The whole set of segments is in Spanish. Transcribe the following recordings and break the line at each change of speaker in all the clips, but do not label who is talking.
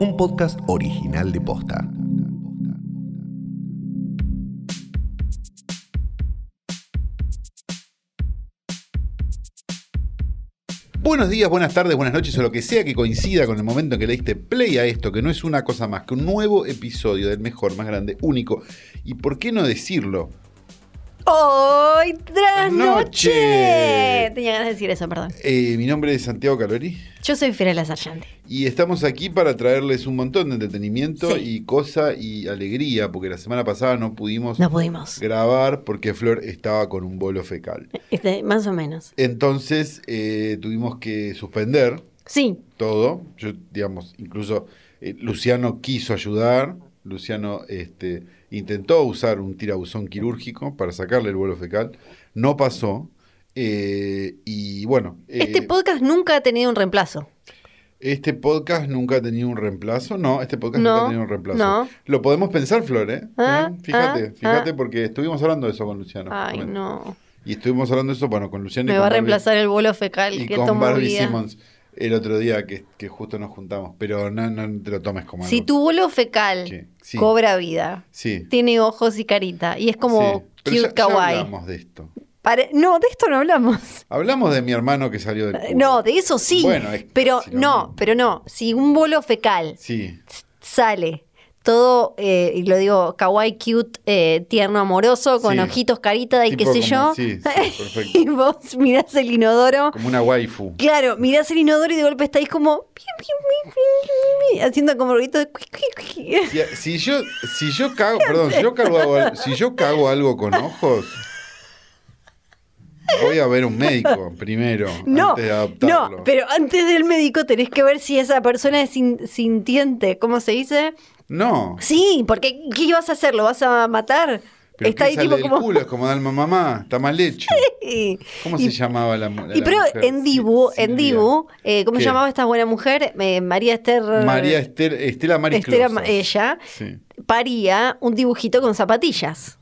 un podcast original de Posta.
Buenos días, buenas tardes, buenas noches o lo que sea que coincida con el momento en que le diste play a esto, que no es una cosa más que un nuevo episodio del mejor, más grande, único. ¿Y por qué no decirlo?
Hoy tras
Noche.
noche. Tenía ganas de decir eso, perdón.
Eh, mi nombre es Santiago Calori
Yo soy Firela Sargente.
y estamos aquí para traerles un montón de entretenimiento
Sí.
y cosa y alegría, porque la semana pasada no pudimos
No pudimos.
grabar porque Flor estaba con un bolo fecal.
Este, más o menos.
Entonces eh, tuvimos que suspender
Sí,
todo. Yo, digamos, incluso eh, Luciano quiso ayudar. Luciano este, intentó usar un tirabuzón quirúrgico para sacarle el vuelo fecal. No pasó. Eh, y bueno, eh,
este podcast nunca ha tenido un reemplazo.
este podcast nunca ha tenido un reemplazo. No, este podcast
No,
nunca ha tenido un reemplazo.
no.
Lo podemos pensar, Flor, ¿eh?
Ah,
¿Eh? Fíjate,
ah,
fíjate,
ah.
porque estuvimos hablando de eso con Luciano.
Ay,
justamente.
no.
Y estuvimos hablando de eso, bueno, con Luciano y
Me
con
va a
Barbie-
reemplazar el vuelo fecal
y
que
con
tomo
Barbie
vida.
Simmons el otro día que, que justo nos juntamos. Pero no, no te lo tomes como
Si
algo.
tu vuelo fecal
Sí, sí.
cobra vida,
Sí.
tiene ojos y carita, y es como
sí. Pero
cute
ya- ya
kawaii.
hablamos de esto.
Pare- no, de esto no hablamos.
Hablamos de mi hermano que salió del culo.
Eh, No, de eso sí.
Bueno, es
pero
casi lo mismo.
no, pero no. Si un vuelo fecal
Sí.
sale todo, eh, y lo digo, kawaii, cute, eh, tierno, amoroso, con
Sí.
ojitos, carita y
Tipo
qué sé
como-
yo.
sí, sí, perfecto.
y vos mirás el inodoro.
Como una waifu.
Claro, mirás el inodoro y de golpe estáis como... Haciendo como ruiditos de cuic, cuic, cuic.
Si, eh, si yo, si yo cago, perdón, si yo cago, algo- si yo cago algo con ojos, voy a ver un médico primero.
No,
antes de adaptarlo.
no, pero antes del médico tenés que ver si esa persona es sin- sintiente, ¿cómo se dice?
No.
Sí, porque ¿qué vas a hacer? ¿Lo vas a matar?
Pero
Está
que
ahí
sale
tipo
del
como...
culo, es como de alma mamá, está mal hecho. ¿Cómo
Y-
se llamaba la, mu- la
Y pero
mujer?
en Dibu,
Sí,
en
Silvia.
Dibu, eh, ¿cómo
¿Qué?
se llamaba esta buena mujer? Eh, María Esther.
María Estel- Estela Marisclosa.
Esther, Eh, Ma- ella
Sí.
paría un dibujito con zapatillas.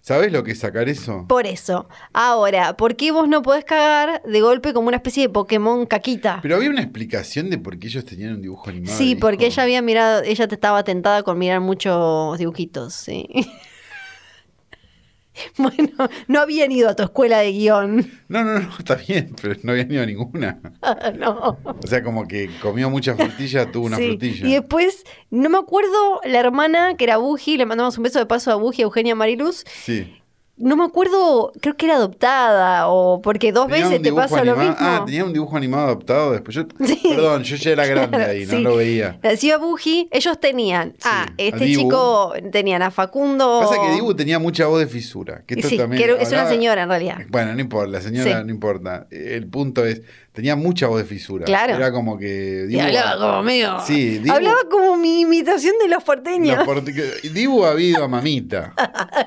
¿Sabés lo que es sacar eso?
Por eso. Ahora, ¿por qué vos no podés cagar de golpe como una especie de Pokémon caquita?
Pero había una explicación de por qué ellos tenían un dibujo animado.
sí,
del
porque
hijo.
ella había mirado, ella te estaba tentada con mirar muchos dibujitos, sí. Bueno, no habían ido a tu escuela de guión.
No, no, no, está bien, pero no había ido a ninguna.
no.
O sea, como que comió mucha frutilla, tuvo una
Sí,
frutilla.
Y después, no me acuerdo la hermana que era Buji, le mandamos un beso de paso a Buji, a Eugenia Mariluz.
Sí.
No me acuerdo, creo que era adoptada o porque dos
Tenía
veces
un
te
dibujo
pasa lo
anima-
mismo.
Ah, tenía un dibujo animado adoptado después. Yo,
Sí.
Perdón, yo ya era grande ahí, no
Sí.
lo veía.
Nació Buji, ellos tenían ah,
a
este
Dibu.
chico, tenían a Facundo.
Pasa que Dibu tenía mucha voz de fisura. Que esto
Oh. Sí,
también
que era- es una
hablaba-
señora en realidad.
Bueno, no importa, la señora
Sí.
no importa. El punto es, tenía mucha voz de fisura.
Claro.
Era como que.
Y hablaba como medio.
Sí, Dibu-
Hablaba como mi imitación de los porteños.
Los porti- que- Dibu ha habido a mamita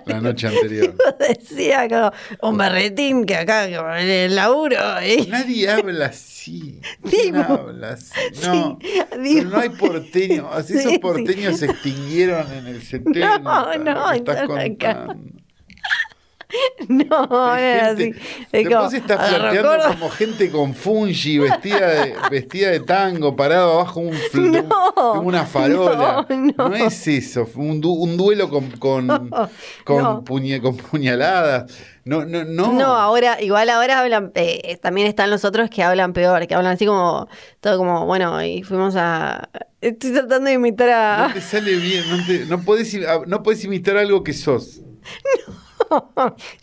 la noche anterior.
Decía como un berretín que acá, como en el laburo. y-
Nadie habla así. ¿Quién
Dibu.
habla así? No,
Sí,
pero
Dibu.
no hay porteños. Así
Sí,
esos
sí.
porteños se extinguieron en el 70.
No, no,
¿me estás
están acá.
contando?
No, no era
Hay
así.
gente-
Es como,
Después estás
"Ah,
planteando
recuerdo-
como gente con fungi vestida de, vestida de tango, parado abajo un fl- de un-
No,
de una farola.
no, no.
es eso, fue un, du- un duelo con, con, con,
no.
puñe- con puñaladas. No, no, no.
No, ahora, igual ahora hablan, eh, eh, también están los otros que hablan peor, que hablan así como, todo como, bueno, y fuimos a... Estoy tratando de imitar
No
a...
te sale bien, no, te- no podés, im- ah, no podés imitar algo que sos.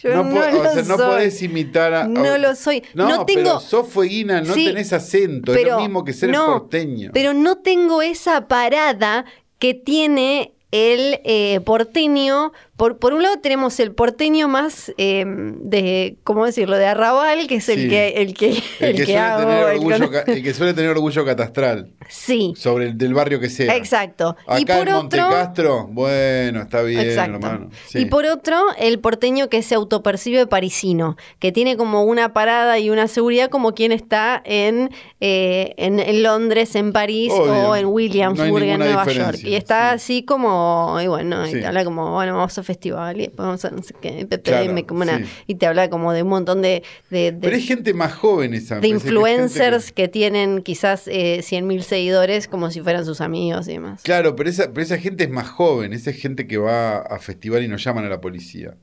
Yo
no,
no,
po-
lo
o sea, no
soy.
podés imitar a. a-
No lo soy.
No,
No
pero
tengo-
sos fueguina, no
Sí,
tenés acento, es lo mismo que ser
no,
porteño.
Pero no tengo esa parada que tiene el eh, porteño. Por, por un lado tenemos el porteño más eh, de, ¿cómo decirlo? De arrabal, que es el
Sí.
que el que,
El que, suele
hago,
tener
el
orgullo,
con-
ca- el que suele tener orgullo catastral
Sí,
sobre el del barrio que sea.
exacto.
Acá
y por
en Monte
otro,
Castro, bueno, está bien,
Exacto.
hermano. Sí.
Y por otro, el porteño que se autopercibe parisino, que tiene como una parada y una seguridad como quien está en, eh, en, en Londres, en París
Obvio.
o en Williamsburg,
No hay
en
ninguna
Nueva
diferencia,
York. Y está
sí.
así como, y bueno, y
Sí.
te habla como, bueno, vamos a festival y vamos a no sé qué, PPM,
Claro,
como una-
sí.
y te habla como de un montón de, de- de-
Pero hay gente más joven esa.
de
me parece que hay gente
influencers
que-
que... tienen quizás eh, 100.000 seguidores como si fueran sus amigos y demás.
Claro, pero esa, pero esa gente es más joven, esa es gente que va a festival y no llaman a la policía.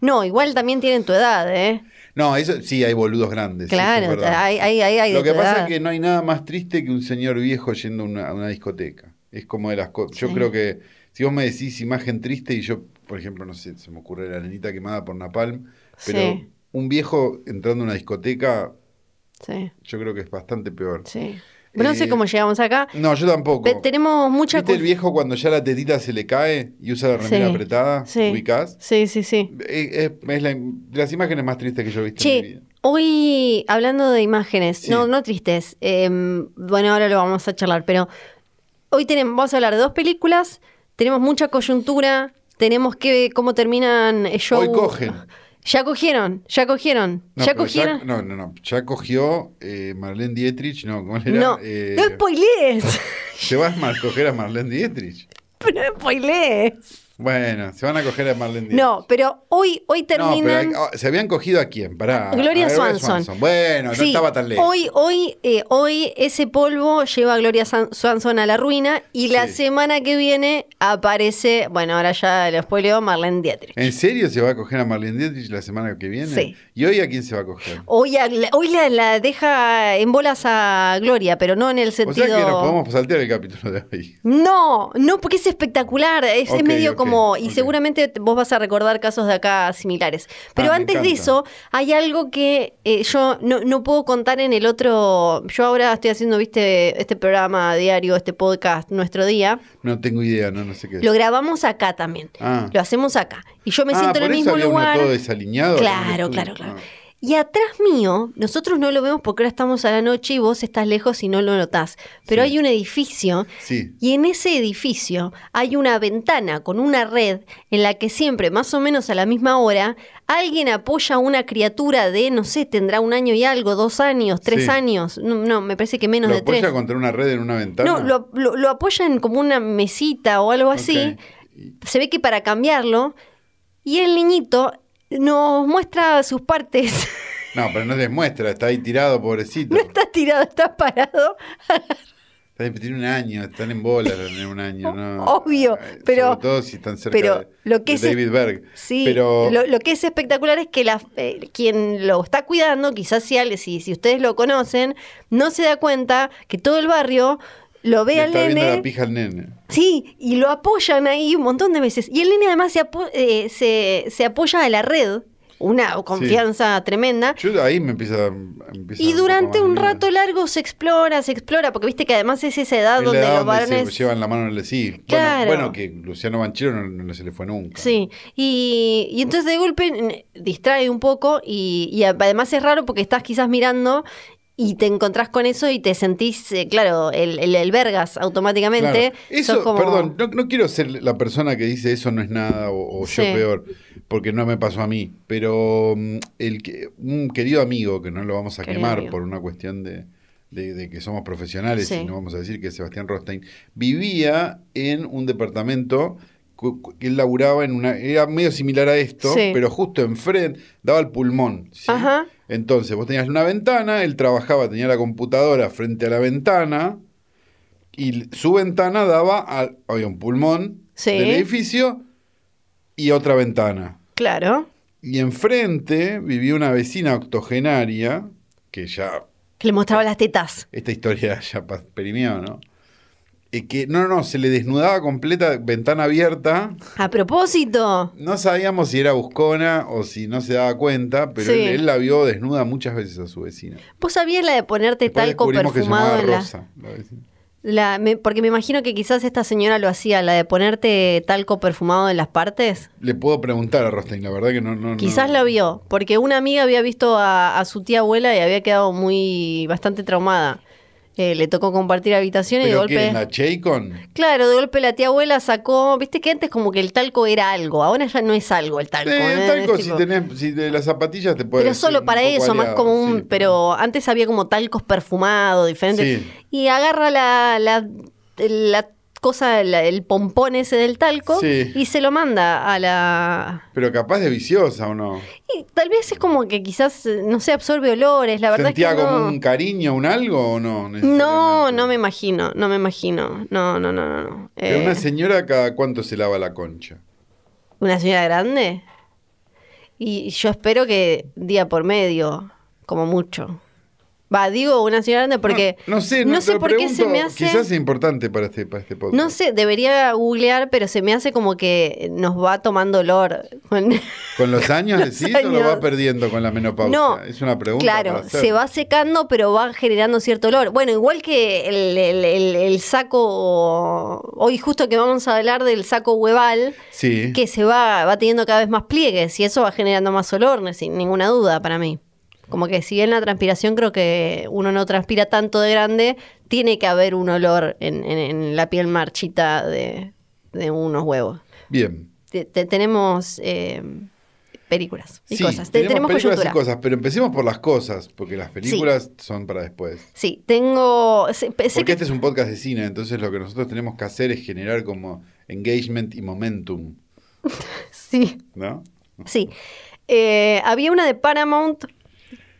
No, igual también tienen tu edad, ¿eh?
No, eso sí, hay boludos grandes. eso es
claro,
verdad.
hay, hay, hay, hay de
Lo que
tu
pasa
edad.
es que no hay nada más triste que un señor viejo yendo a una, a una discoteca. Es como de las cosas. Yo
Sí.
creo que si vos me decís imagen triste y yo, por ejemplo, no sé, se me ocurre la nenita quemada por Napalm, pero
Sí.
un viejo entrando a una discoteca,
Sí,
yo creo que es bastante peor.
sí. Bueno, no sé
Eh,
cómo llegamos acá.
No, yo tampoco.
Pe- tenemos mucha...
¿Viste el
cul-
viejo cuando ya la tetita se le cae y usa la remera
Sí.
apretada?
Sí.
¿Ubicás?
Sí, sí, sí.
Es, es- es la- de las imágenes más tristes que yo he visto en mi
Che,
vida.
hoy hablando de imágenes,
Sí.
no, no tristes, eh, bueno, ahora lo vamos a charlar, pero hoy tenemos, vamos a hablar de dos películas, tenemos mucha coyuntura, tenemos que ver cómo terminan el show.
Hoy cogen.
Ya cogieron, ya cogieron,
No,
ya
pero
cogieron.
no, no, no. Ya cogió eh, Marlene Dietrich. No, ¿cómo era?
no,
Eh,
no spoilees,
¿Se vas a coger a Marlene Dietrich?
pero no spoilees.
Bueno, se van a coger a Marlene Dietrich.
No, pero hoy, hoy
No, pero
terminan...
hay- oh, ¿se habían cogido a quién? Pará.
Gloria
a
Swanson.
Bueno, no
Sí,
estaba tan lejos.
Hoy, hoy, eh, hoy ese polvo lleva a Gloria San- Swanson a la ruina y la
Sí.
semana que viene aparece, bueno, ahora ya lo spoileo, Marlene Dietrich.
¿En serio se va a coger a Marlene Dietrich la semana que viene?
Sí.
¿Y hoy a quién se va a coger?
Hoy, a- hoy la, la deja en bolas a Gloria, pero no en el
O sea
sentido...
que nos podemos saltear el capítulo de hoy.
No, no, porque es espectacular, es, es
Ok,
medio
ok,
como, y
ok.
seguramente vos vas a recordar casos de acá similares. Pero
Ah, me
antes de
encanta.
eso, hay algo que eh, yo no, no puedo contar en el otro, yo ahora estoy haciendo, viste, este programa diario, este podcast, Nuestro Día,
No tengo idea, no, no sé qué.
lo grabamos acá también,
Ah.
lo hacemos acá, y yo me
Ah,
siento
por
en el
eso
mismo
había uno
lugar.
todo desalineado.
Claro,
¿no?
claro, claro.
Ah.
Y atrás mío, nosotros no lo vemos porque ahora estamos a la noche y vos estás lejos y no lo notás. Pero
Sí.
hay un edificio
Sí.
y en ese edificio hay una ventana con una red en la que siempre, más o menos a la misma hora, alguien apoya a una criatura de, no sé, tendrá un año y algo, dos años, tres
Sí.
años, no, no, me parece que menos
¿Lo
de tres.
apoya contra una red en una ventana?
No, lo, lo- lo apoyan como una mesita o algo
Ok.
así. Se ve que para cambiarlo, y el niñito nos muestra sus partes.
No, pero no demuestra, está ahí tirado, pobrecito.
No está tirado, está parado.
Está- Tiene un año, están en bola en un año, ¿no?
Obvio,
Ay,
pero-
Sobre todo si están cerca
pero
de,
lo que
de
es-
David Berg.
Sí,
Pero,
lo, lo que es espectacular es que la, eh, quien lo está cuidando, quizás si, al- si, si ustedes lo conocen, no se da cuenta que todo el barrio lo ve
le
al
está viendo la
nene.
pija al nene.
Sí, y lo apoyan ahí un montón de veces. Y el nene además se, apo- eh, se, se apoya a la red, una confianza tremenda.
Yo ahí me empieza, empieza
Y
un poco
durante
más
un
de
rato
miedo.
largo se explora, se explora, porque viste que además es esa edad
Es la
donde
edad
los
donde se
varones...
llevan la mano en el sí. Bueno,
Claro.
Bueno, que Luciano Banchero no, no se le fue nunca.
Sí, y, y entonces de golpe n- distrae un poco y, y a- además es raro porque estás quizás mirando y te encontrás con eso y te sentís, eh, claro, el, el, el vergas automáticamente.
Claro.
Sos
Eso,
como-
perdón, no, no quiero ser la persona que dice eso no es nada o, o yo
Sí.
peor, porque no me pasó a mí, pero mm, el que- un querido amigo que no lo vamos a
Querido
quemar
amigo.
por una cuestión de, de- de que somos profesionales
Sí.
y no vamos a decir que es Sebastián Rostein, vivía en un departamento cu- cu- que él laburaba en una, era medio similar a esto,
Sí.
pero justo enfrente, daba el pulmón. ¿sí?
Ajá.
Entonces, vos tenías una ventana, él trabajaba, tenía la computadora frente a la ventana, y l- su ventana daba al, había un pulmón
Sí.
del edificio y otra ventana.
Claro,
Y enfrente vivía una vecina octogenaria, que ya,
que le mostraba las tetas.
esta historia ya pa- perimió, ¿no? Eh, que no, no, se le desnudaba completa, ventana abierta.
A propósito,
No sabíamos si era buscona o si no se daba cuenta, pero
Sí.
él, él la vio desnuda muchas veces a su vecina.
¿vos sabías la de ponerte
Después
talco
descubrimos que se
perfumado
llamaba
en la,
Rosa, la vecina.
la- me- porque me imagino que quizás esta señora lo hacía, la de ponerte talco perfumado en las partes?
Le puedo preguntar a Rostein, la verdad que no... no
Quizás
no-
la vio, porque una amiga había visto a, a su tía abuela y había quedado muy bastante traumada. Eh, le tocó compartir habitación y de
¿Pero qué,
golpe.
en la Chaycon?
Claro, de golpe la tía abuela sacó. Viste que antes como que el talco era algo, ahora ya no es algo el talco.
Eh,
¿eh?
talco,
Es
si
tipo-
tenés, si de las zapatillas te puedes.
pero solo para eso, más como un. pero antes había como talcos perfumados, diferentes.
Sí.
Y agarra la, la, la cosa, el, el pompón ese del talco,
Sí.
y se lo manda a la...
Pero capaz de viciosa o no.
Y tal vez es como que quizás, eh, no sé, absorbe olores, la verdad
¿Sentía
es que no...
como un cariño, un algo o no?
No, no me
necesariamente?
imagino, no me imagino. No, no, no, no. no.
Pero
Eh,
una señora cada cuánto se lava la concha.
¿Una señora grande? Y yo espero que día por medio, como mucho. Va, digo una señora grande porque...
No, no sé,
no
te
sé
lo
por qué se
pregunto,
me hace-
Quizás es importante para este, para este podcast.
No sé, debería googlear, pero se me hace como que nos va tomando olor. con-
¿Con los años
Los
decís o lo
años.
va perdiendo con la menopausia?
No,
Es una pregunta.
Claro,
para hacer.
se va secando, pero va generando cierto olor. Bueno, igual que el, el- el- el saco, hoy justo que vamos a hablar del saco hueval,
Sí.
que se va, va teniendo cada vez más pliegues y eso va generando más olor, no- sin ninguna duda para mí. Como que si bien la transpiración creo que uno no transpira tanto de grande, tiene que haber un olor en, en- en la piel marchita de, de unos huevos.
Bien.
Te- te- tenemos eh, películas y
Sí,
cosas. Te-
Tenemos,
tenemos
películas
coyuntura.
y cosas, pero empecemos por las cosas, porque las películas son para después.
Sí, tengo... sé- sé
Porque
que-
este es un podcast de cine, entonces lo que nosotros tenemos que hacer es generar como engagement y momentum,
Sí,
¿no?
sí. Eh, había una de Paramount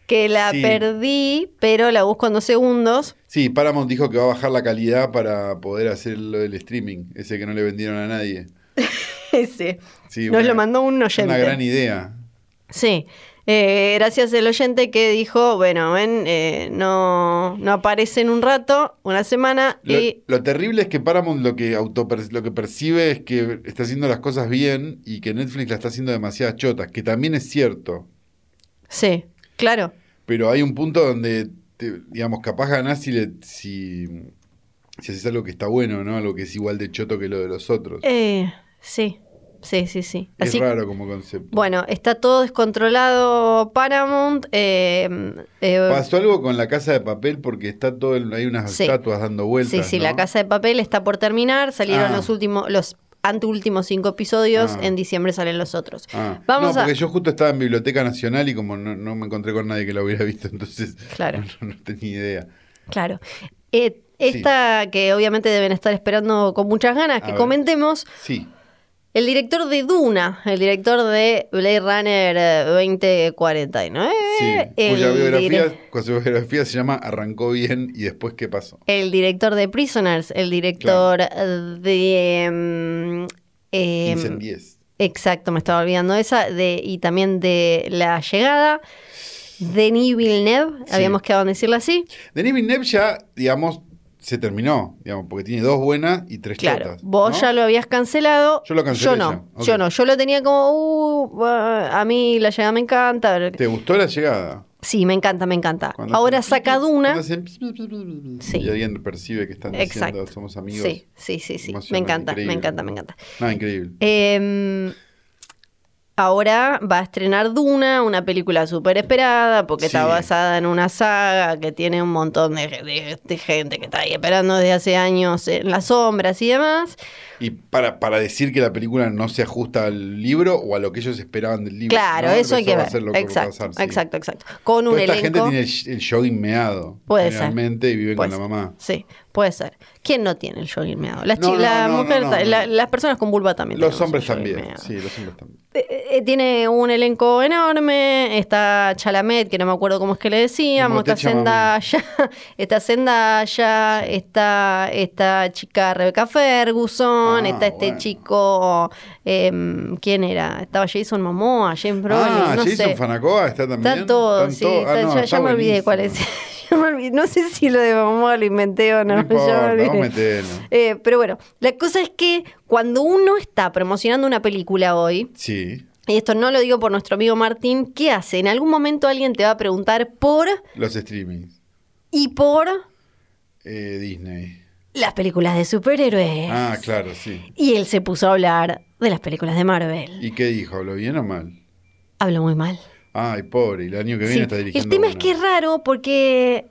que la
Sí.
perdí, pero la busco en dos segundos.
Sí, Paramount dijo que va a bajar la calidad para poder hacer lo del streaming, ese que no le vendieron a nadie.
Ese.
Sí,
Nos
una-
lo mandó un oyente.
Una gran idea.
Sí. Eh, gracias al oyente que dijo, bueno, ven, eh, no, no aparece en un rato, una semana,
Lo,
y
lo terrible es que Paramount lo que, autoper- lo que percibe es que está haciendo las cosas bien y que Netflix la está haciendo demasiadas chotas, que también es cierto.
sí, claro.
Pero hay un punto donde, te- digamos, capaz ganás si, le, si, si haces algo que está bueno, ¿no? Algo que es igual de choto que lo de los otros.
Eh, sí, sí, sí, sí.
es
Así,
raro como concepto.
bueno, está todo descontrolado Paramount. eh, eh,
Pasó algo con la casa de papel porque está todo el- hay unas
Sí.
estatuas dando vueltas.
sí, sí,
¿no?
la Casa de Papel está por terminar, salieron
Ah.
los últimos, los anteúltimos cinco episodios,
Ah.
en diciembre salen los otros.
Ah,
Vamos
no,
a-
porque yo justo estaba en Biblioteca Nacional y como no, no me encontré con nadie que la hubiera visto, entonces
Claro.
no, no tenía idea.
Claro. Eh, esta que obviamente deben estar esperando con muchas ganas
A
que
ver.
comentemos.
Sí,
El director de Duna, el director de Blade Runner eh, 2049.
sí.
Eh, el
Cuya
dire-
biografía, cuya biografía se llama Arrancó bien y después qué pasó.
el director de Prisoners, el director de... mm, eh,
Incendies.
exacto, me estaba olvidando esa. De, y también de La Llegada. Denis Villeneuve,
Sí.
habíamos quedado en decirlo así.
Denis Villeneuve ya, digamos, se terminó, digamos, porque tiene dos buenas y tres
Claro,
chotas.
vos
¿no?
ya lo habías cancelado.
Yo lo cancelé
Yo no,
ya, ok.
yo no. Yo lo tenía como, uh, bah, a mí la llegada me encanta.
¿Te gustó la llegada?
Sí, me encanta, me encanta.
Cuando
Ahora
hacen-
saca Duna.
cuando hacen-
Sí.
Y alguien percibe que están
Exacto.
diciendo somos amigos.
Sí, sí, sí, sí. Me
Emocionante,
encanta, me
increíble.
encanta, me encanta.
No, increíble.
Eh, ahora va a estrenar Duna, una película súper esperada, porque está
Sí.
basada en una saga que tiene un montón de, de- de gente que está ahí esperando desde hace años en las sombras y demás.
Y para, para decir que la película no se ajusta al libro o a lo que ellos esperaban del libro.
Claro,
¿no?
eso hay que
va a
ver.
ser lo va a
exacto,
pasar, sí.
exacto, exacto. Con un
Toda esta
elenco.
gente tiene el, sh- el jogging meado.
Puede ser.
generalmente, y viven
Puede
con la
ser.
mamá.
Sí, puede ser. ¿Quién no tiene el jogging meado? Las,
No,
chi-
no,
la
no, no,
mujer
no,
ta-
no.
la- las personas con vulva también.
Los
tenemos
hombres
el jogging
también.
meado.
Sí, los hombres también.
Eh, eh, tiene un elenco enorme. Está Chalamet, que no me acuerdo cómo es que le decíamos.
Timothée
Está Zendaya. Está Zendaya. Está esta chica Rebecca Ferguson.
Ah,
está este
bueno.
chico. em, ¿Quién era? Estaba Jason Momoa, James Brolin.
ah,
no
Jason
sé.
Fanacoa está también.
Está todo,
Están
sí.
todos- ah,
está-
no,
ya
está
ya me olvidé
buenísimo.
cuál es. Ya me olvidé. No sé si lo de mamá lo inventé o no.
No
ya me
importa,
olvidé.
vos metelo.
Eh, pero bueno, la cosa es que cuando uno está promocionando una película hoy,
Sí.
y esto no lo digo por nuestro amigo Martín, ¿qué hace? En algún momento alguien te va a preguntar por
Los streamings.
y por
Eh, Disney.
las películas de superhéroes.
Ah, claro, sí.
Y él se puso a hablar de las películas de Marvel.
¿Y qué dijo? ¿Habló bien o mal?
Habló muy mal.
Ay, pobre, y el año que viene
Sí,
está
El
dirigiendo.
tema es
una.
que es raro porque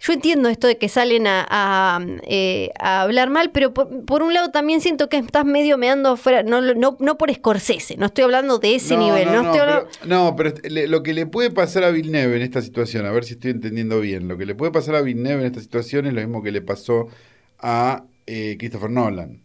yo entiendo esto de que salen a, a, eh, a hablar mal, pero por, por un lado también siento que estás medio meando fuera, no, lo- no, no por Scorsese, no estoy hablando de ese nivel, no, estoy hablando...
pero, no, pero este, le- lo que le puede pasar a Villeneuve en esta situación, a ver si estoy entendiendo bien, lo que le puede pasar a Villeneuve en esta situación es lo mismo que le pasó a eh, Christopher Nolan.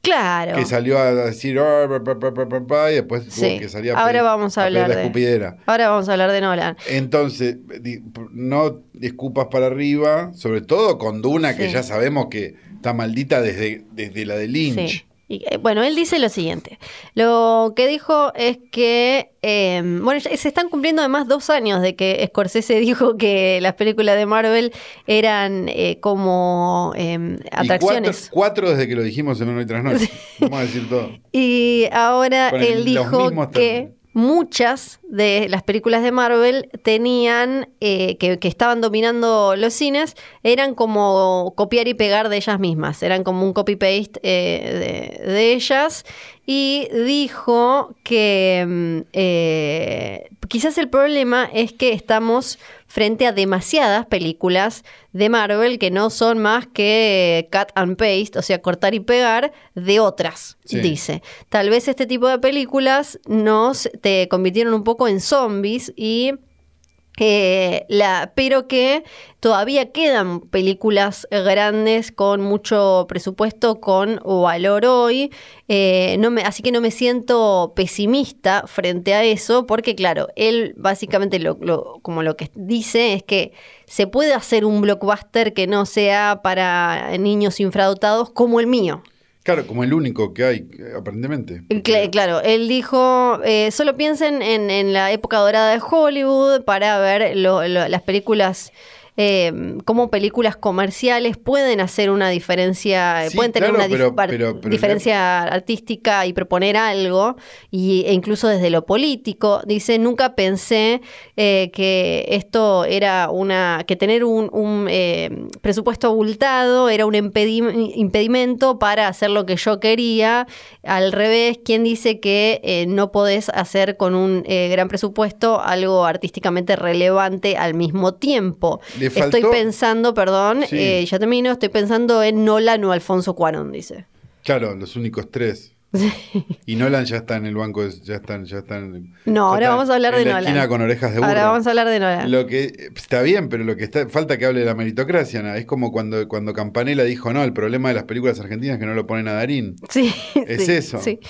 Claro.
Que salió a decir, "Ah, pa, pa, pa, pa, pa, pa", y después
Sí.
tuvo que salir a
Ahora
pedir-
vamos a
pedir
hablar
la
de-
escupidera.
Ahora vamos a hablar de Nolan.
Entonces, di- no escupas para arriba, sobre todo con Duna, que
Sí.
ya sabemos que está maldita desde, desde la de Lynch.
Sí. Y, eh, bueno, él dice lo siguiente. Lo que dijo es que, eh, bueno, ya- se están cumpliendo además dos años de que Scorsese dijo que las películas de Marvel eran eh, como eh,
Y
atracciones.
Cuatro, cuatro desde que lo dijimos en una y tras noche. Vamos a decir todo.
Y ahora
Con el-
él
los
dijo
mismos
que
términos.
muchas de las películas de Marvel tenían, eh, que, que estaban dominando los cines, eran como copiar y pegar de ellas mismas, eran como un copy-paste eh, de, de ellas. Y dijo que mm, eh, quizás el problema es que estamos frente a demasiadas películas de Marvel que no son más que cut and paste, o sea, cortar y pegar de otras,
Sí.
dice dice, tal vez este tipo de películas nos te convirtieron un poco en zombies y eh, la, pero que todavía quedan películas grandes con mucho presupuesto, con valor hoy. eh, no me, así que no me siento pesimista frente a eso, porque claro, él básicamente lo, lo- como lo que dice es que se puede hacer un blockbuster que no sea para niños infradotados como el mío.
Claro, como el único que hay, eh, aparentemente.
Cla- claro, él dijo, eh, solo piensen en, en la época dorada de Hollywood para ver lo- lo- las películas, eh, cómo películas comerciales pueden hacer una diferencia, eh,
Sí,
pueden tener
claro,
una dif-
pero-
par-
pero- pero-
diferencia artística y proponer algo, y, e incluso desde lo político. Dice, nunca pensé eh, que esto era una, que tener un, un, eh, presupuesto abultado era un impedi- impedimento para hacer lo que yo quería. Al revés, ¿quién dice que eh, no podés hacer con un eh, gran presupuesto algo artísticamente relevante al mismo tiempo?
Le
Estoy
faltó-
pensando, perdón,
Sí.
eh, ya termino, estoy pensando en Nolan o Alfonso Cuarón, dice.
Claro, los únicos tres. Y Nolan ya está en el banco, de- ya están, ya están.
No,
ya
ahora
está
vamos a hablar
en
de
la
Nolan.
esquina con orejas de burro.
Ahora vamos a hablar de Nolan.
Lo que eh, pues, está bien, pero lo que está falta que hable de la meritocracia, ¿no? es como cuando cuando Campanella dijo, "No, el problema de las películas argentinas es que no lo ponen a Darín."
Sí,
Es
sí,
eso.
sí.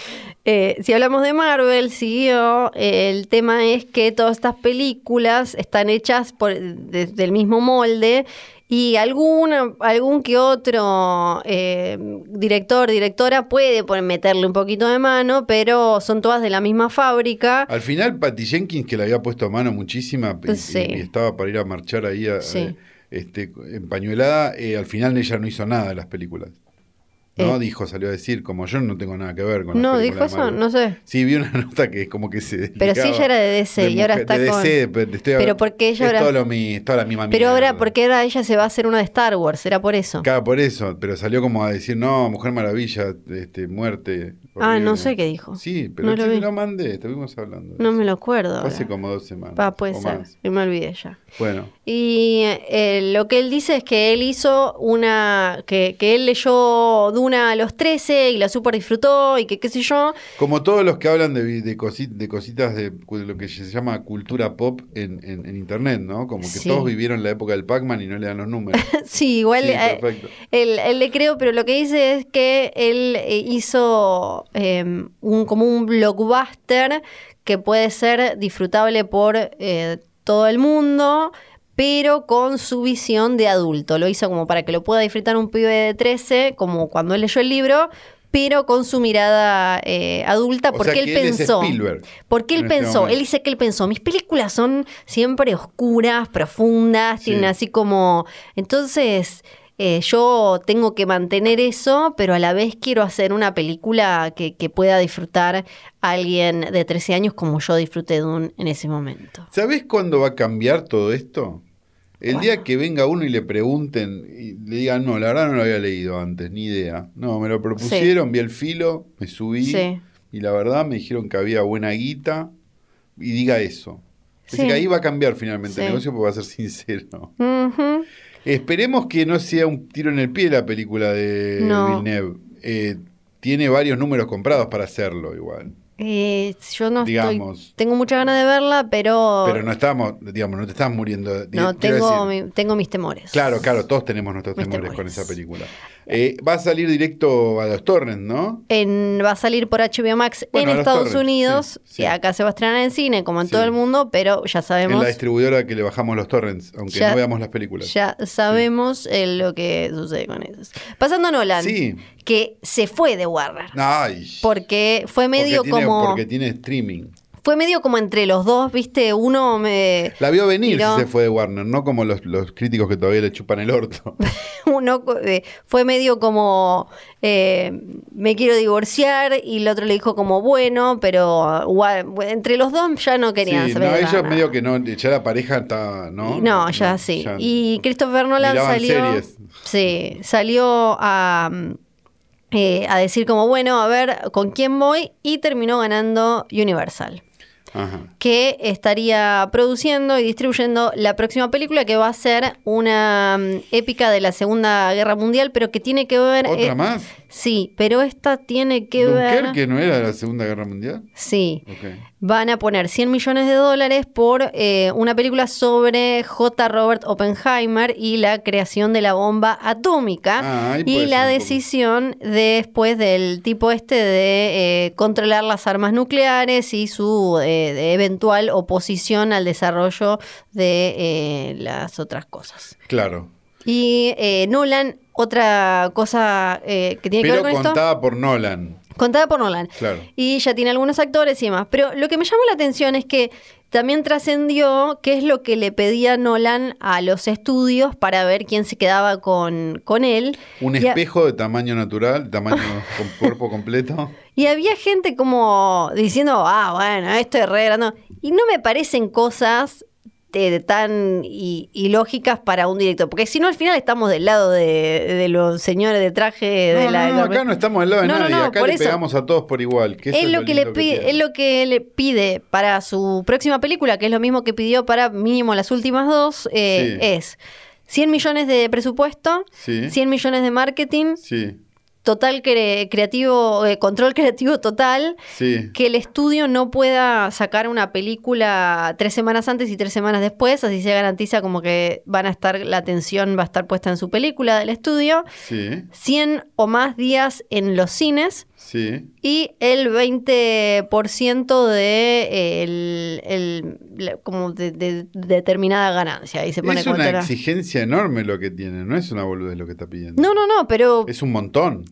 Eh, si hablamos de Marvel, siguió. eh, el tema es que todas estas películas están hechas por, de- del mismo molde y alguna, algún que otro eh, director, directora puede poner- meterle un poquito de mano, pero son todas de la misma fábrica.
Al final Patty Jenkins que le había puesto a mano muchísima y,
Sí.
y- y estaba para ir a marchar ahí a-
Sí.
eh, este empañuelada, eh, al final ella no hizo nada de las películas. No
Eh.
dijo, salió a decir, como yo no tengo nada que ver con las
No, dijo
películas de
eso,
Marvel". Ah,
no sé.
Sí, vi una nota que es como que se.
Pero sí,
desligaba
ella era de DC y ahora
mujer- de
está con-
DC, pero, te estoy
Pero
hablando-
porque ella
es
ahora-
Todo lo mi- toda la misma
Pero ahora,
mierda.
porque ahora ella se va a hacer una de Star Wars, era por eso.
Claro, por eso, pero salió como a decir, no, Mujer Maravilla, este, muerte.
Ah, no
horrible".
sé qué dijo.
Sí, pero
No
no
lo
lo,
vi.
mandé, estuvimos hablando. de
No
eso.
me lo acuerdo.
Fue hace
ahora.
como dos semanas.
Va, puede
o
ser.
más.
Y me olvidé ya.
Bueno,
Y eh, lo que él dice es que él hizo una. que, que él leyó Duna a los 13 y la super disfrutó y que qué sé yo.
como todos los que hablan de, vi- de, cosi- de cositas de cu- lo que se llama cultura pop en, en- en internet, ¿no? Como que
Sí.
todos vivieron la época del Pac-Man y no le dan los números.
sí, igual.
Sí,
eh,
perfecto.
él, él le creo, pero lo que dice es que él eh, hizo eh, un, como un blockbuster que puede ser disfrutable por eh, todo el mundo, pero con su visión de adulto. Lo hizo como para que lo pueda disfrutar un pibe de 13, como cuando él leyó el libro, pero con su mirada eh, adulta,
O
porque
sea
él,
que él es
pensó...
Spielberg
Porque él
en este
pensó, él
momento.
dice que él pensó, mis películas son siempre oscuras, profundas,
Sí.
tienen así como... Entonces, eh, yo tengo que mantener eso, pero a la vez quiero hacer una película que, que pueda disfrutar alguien de 13 años como yo disfruté de un en ese momento.
¿Sabés cuándo va a cambiar todo esto? El
¿Cuándo?
día que venga uno y le pregunten y le digan, no, la verdad no lo había leído antes, ni idea. No, me lo propusieron, vi el filo, me subí
Sí.
y la verdad me dijeron que había buena guita y diga eso. Es
Sí.
decir, que ahí va a cambiar finalmente
Sí.
el negocio porque va a ser sincero.
Ujú.
Esperemos que no sea un tiro en el pie la película de
No.
Villeneuve. Eh, tiene varios números comprados para hacerlo igual.
Eh, yo no
Digamos.
estoy- tengo mucha ganas de verla, pero,
Pero no estamos, digamos, no te estás muriendo. de-
Oh. no,
quiero
tengo,
decir-
mi- tengo mis temores.
Claro, claro, todos tenemos nuestros
Mis
temores con
temores.
esa película. Eh, va a salir directo a los torrents, ¿no?
En, va a salir por HBO Max
Bueno, a
en
los
Estados
torrents,
Unidos.
sí, sí.
Y acá se va a estrenar en cine, como en
Sí.
todo el mundo, pero ya
En
sabemos.
la distribuidora que le bajamos los torrents, aunque
Ya-
no veamos las películas.
Ya sabemos eh, lo que sucede con ellos. Pasando a Nolan,
Sí.
que se fue de Warner.
Ay.
Porque fue medio
porque tiene,
como.
Porque tiene streaming.
Fue medio como entre los dos, ¿viste? Uno me.
La vio venir
Miró.
si se fue de Warner, no como los, los críticos que todavía le chupan el orto.
Uno eh, fue medio como. eh, me quiero divorciar. Y el otro le dijo como bueno, pero gua- entre los dos ya no
Sí,
querían
no,
saber
ellos
nada.
medio que no, ya la pareja está, ¿no?
Y ya sí.
ya-
Y Christopher Nolan
Miraban
salió.
series.
Sí, salió a. mm, eh, a decir como, bueno, a ver con quién voy y terminó ganando Universal,
Ajá.
que estaría produciendo y distribuyendo la próxima película que va a ser una mm, épica de la Segunda Guerra Mundial, pero que tiene que ver...
¿Otra
eh,
más?
Sí, pero esta tiene que ver...
Dunkerque no era de la Segunda Guerra Mundial.
Sí.
Ok.
Van a poner 100 millones de dólares por eh, una película sobre J. Robert Oppenheimer y la creación de la bomba atómica
Ah, ahí
y
puede
la
ser un poco.
decisión después del tipo este de eh, controlar las armas nucleares y su eh, de eventual oposición al desarrollo de eh, las otras cosas.
Claro.
Y eh, Nolan, otra cosa eh, que tiene que
Pero
ver con esto...
contada por Nolan.
Contada por Nolan.
Claro.
Y ya tiene algunos actores y demás. Pero lo que me llama la atención es que también trascendió qué es lo que le pedía Nolan a los estudios para ver quién se quedaba con, con él.
Un
Y a-
espejo de tamaño natural, tamaño con cuerpo completo.
Y había gente como diciendo, ah, bueno, esto es re grande". Y no me parecen cosas eh, tan i- ilógicas para un director. Porque si no, al final estamos del lado de, de los señores de traje de
no,
la.
no, no, acá no estamos al lado de
No, no,
nadie.
no,
acá
por
le
eso.
pegamos a todos por igual. que eso
es lo que le
lindo
pide, es
tiene.
lo que le pide para su próxima película, que es lo mismo que pidió para mínimo las últimas dos, eh,
Sí.
es 100 millones de presupuesto,
Sí.
100 millones de marketing,
Sí,
total cre- creativo, eh, control creativo total,
sí.
que el estudio no pueda sacar una película tres semanas antes y tres semanas después, así se garantiza como que van a estar, la atención va a estar puesta en su película del estudio,
Sí,
100 o más días en los cines.
sí.
Y el 20% de, el, el- la- como de, de- determinada ganancia. Ahí se pone
Es una
cualquiera.
exigencia enorme lo que tiene, no es una boludez lo que está pidiendo.
No, no, no, pero es,
Es un montón.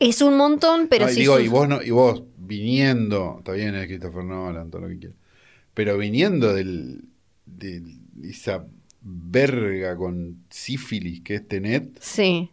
un montón, pero
No, y
sí.
digo,
sus-
y vos no, y vos viniendo, está bien es Christopher Nolan, todo lo que quieras, pero viniendo del, de esa verga con sífilis que es Tenet,
Sí,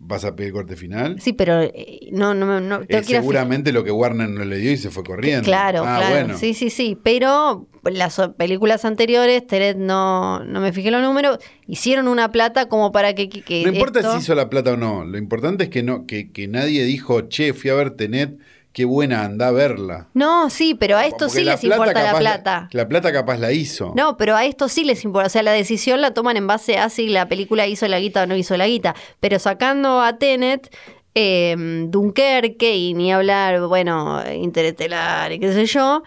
vas a pedir corte final.
sí, pero eh, no, no, no. no, tengo
es
que ir a
seguramente lo que Warner no le dio y se fue corriendo.
Claro,
Ah,
claro.
bueno.
Sí, sí, sí. Pero las o- películas anteriores, Teret no, no me fijé los números, hicieron una plata como para que. que- que
No importa
esto-
si hizo la plata o no, lo importante es que no, que, que nadie dijo, che, fui a ver Tenet, qué buena, anda a verla.
No, sí, pero a esto
Porque
sí
la
les
plata
importa la
capaz
plata.
La, plata capaz la hizo.
No, pero a esto sí les importa. O sea, la decisión la toman en base a si la película hizo la guita o no hizo la guita. Pero sacando a Tenet, eh, Dunkerque y ni hablar, bueno, Interestelar y qué sé yo,